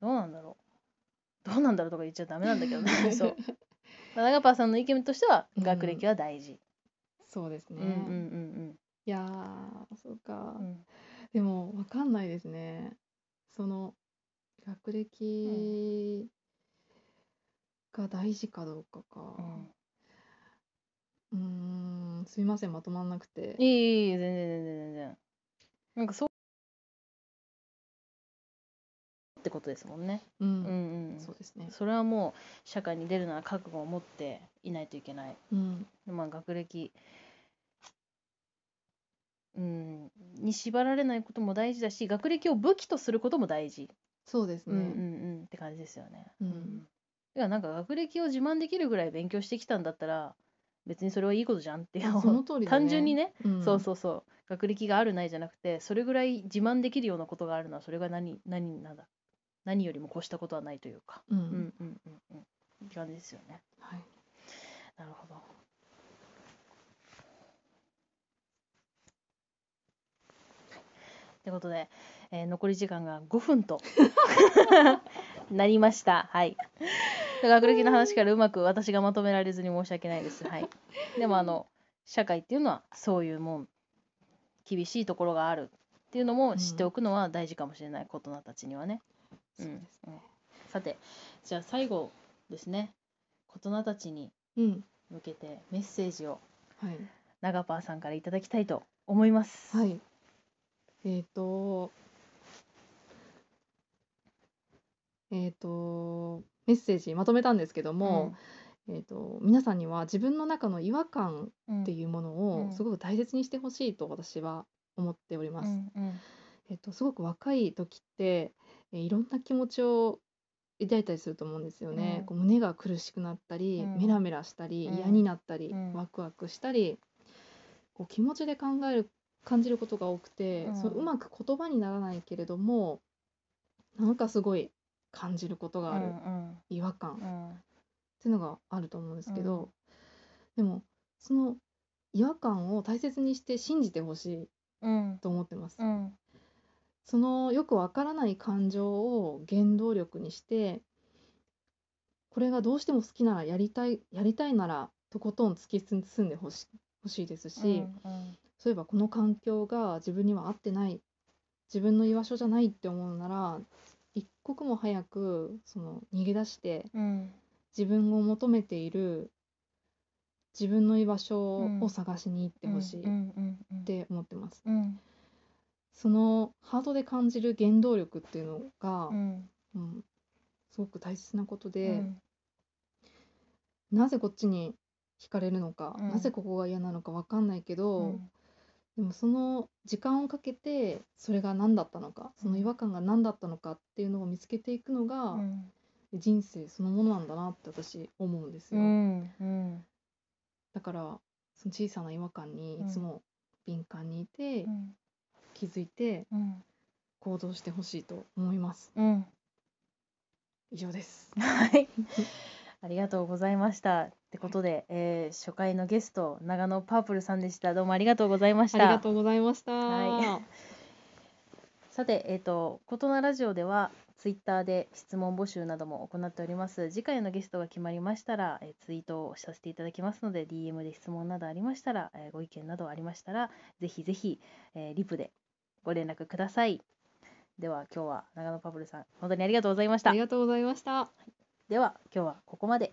Speaker 1: どうなんだろうどうなんだろうとか言っちゃダメなんだけどねそうまあ長パさんの意見としては
Speaker 2: うん
Speaker 1: 学歴は大事、
Speaker 2: そうですね、
Speaker 1: うん、うんうん
Speaker 2: いやーそうか
Speaker 1: うん、うん
Speaker 2: でもわかんないですねその学歴が大事かどうかか
Speaker 1: うん
Speaker 2: うーんすいませんまとまんなくて
Speaker 1: いいいいいい全然全然全然なんかそうってことですもんね、
Speaker 2: う
Speaker 1: うん
Speaker 2: ん、
Speaker 1: うん
Speaker 2: そうですね
Speaker 1: それはもう社会に出るなら覚悟を持っていないといけない、
Speaker 2: うん
Speaker 1: まあ、学歴うんに縛られないことも大事だし学歴を武器とすることも大事、
Speaker 2: そうです
Speaker 1: うんうん
Speaker 2: ね
Speaker 1: うんって感じですよね。
Speaker 2: うん
Speaker 1: いやなんか学歴を自慢できるぐらい勉強してきたんだったら別にそれはいいことじゃんっていう
Speaker 2: あその通りだね
Speaker 1: 単純にね、
Speaker 2: うん
Speaker 1: そうそうそう学歴があるないじゃなくてそれぐらい自慢できるようなことがあるのはそれが何何なんだ何よりも越したことはないというか。
Speaker 2: うん、
Speaker 1: うんうんうんうん。って感じですよね。
Speaker 2: はい
Speaker 1: なるほど。ということで、えー残り時間が5分と (laughs) なりました。はい。学歴の話からうまく私がまとめられずに申し訳ないです。はい。でもあの社会っていうのはそういうもん厳しいところがあるっていうのも知っておくのは大事かもしれない、大人たちにはね。
Speaker 2: そうです
Speaker 1: んうんさてじゃあ最後ですね大人たちに
Speaker 2: うん
Speaker 1: 向けてメッセージを
Speaker 2: はい
Speaker 1: 長パーさんからいただきたいと思います。
Speaker 2: はい。えっ、と、えっ、と、メッセージまとめたんですけども、えっ、と、皆さんには自分の中の違和感
Speaker 1: うん、
Speaker 2: って
Speaker 1: う
Speaker 2: いうもの
Speaker 1: う
Speaker 2: を
Speaker 1: ん
Speaker 2: すごく大切にしてほしいと私は思っております。
Speaker 1: んうん
Speaker 2: えっ、と、すごく若い時って、えーいろんな気持ちを抱いたりすると思うんですよね。
Speaker 1: うん
Speaker 2: こう胸が苦しくなったり、
Speaker 1: うん
Speaker 2: メラメラしたり、
Speaker 1: うん
Speaker 2: 嫌になったり、
Speaker 1: うん
Speaker 2: ワクワクしたり、こう気持ちで考える感じることが多くて、
Speaker 1: うん
Speaker 2: そううまく言葉にならないけれども、なんかすごい感じることがある、
Speaker 1: うん
Speaker 2: 違和感っ
Speaker 1: うんうん
Speaker 2: ていうのがあると思うんですけ
Speaker 1: うん
Speaker 2: ど、でもその違和感を大切にして信じてほしい
Speaker 1: うん
Speaker 2: と思ってます。
Speaker 1: うん
Speaker 2: そのよくわからない感情を原動力にしてこれがどうしても好きならやりたいやりたいならとことん突き進んでほしほしいですし、
Speaker 1: うん
Speaker 2: そういえばこの環境が自分には合ってない自分の居場所じゃないって思うなら一刻も早くその逃げ出して
Speaker 1: うん
Speaker 2: 自分を求めている自分の居場所
Speaker 1: うん
Speaker 2: を探しに行ってほしい
Speaker 1: うんう
Speaker 2: っ
Speaker 1: んうん
Speaker 2: て思ってます。
Speaker 1: うん
Speaker 2: そのハートで感じる原動力っていうのが、
Speaker 1: うん
Speaker 2: うん、すごく大切なこと
Speaker 1: う
Speaker 2: で、
Speaker 1: ん
Speaker 2: なぜこっちに惹かれるのか、
Speaker 1: うん
Speaker 2: なぜここが嫌なのかわかんないけど、でもその時間をかけてそれが何だったのかその違和感が何だったのかっていうのを見つけていくのが、
Speaker 1: うん
Speaker 2: 人生そのものなんだなって私思うんです
Speaker 1: う
Speaker 2: よ、
Speaker 1: んうん
Speaker 2: だからその小さな違和感にいつも敏感にいて、
Speaker 1: うん
Speaker 2: 気づいて
Speaker 1: うん
Speaker 2: 行動してほしいと思います
Speaker 1: うん
Speaker 2: 以上です
Speaker 1: はい。ありがとうございました。ってことで、えー初回のゲスト長野パープルさんでした。どうもありがとうございまし
Speaker 2: あ
Speaker 1: た。
Speaker 2: りがとうございました、
Speaker 1: はさて、えっ、と、ことなラジオでは、ツイッターで質問募集なども行っております。次回のゲストが決まりましたら、えーツイートをさせていただきますので、DM で質問などありましたら、えーご意見などありましたら、ぜひぜひ、えーリプでご連絡ください。では、今日は長野パブルさん、本当にありがとうございました
Speaker 2: あり。がとうございました
Speaker 1: では、今日はここまで。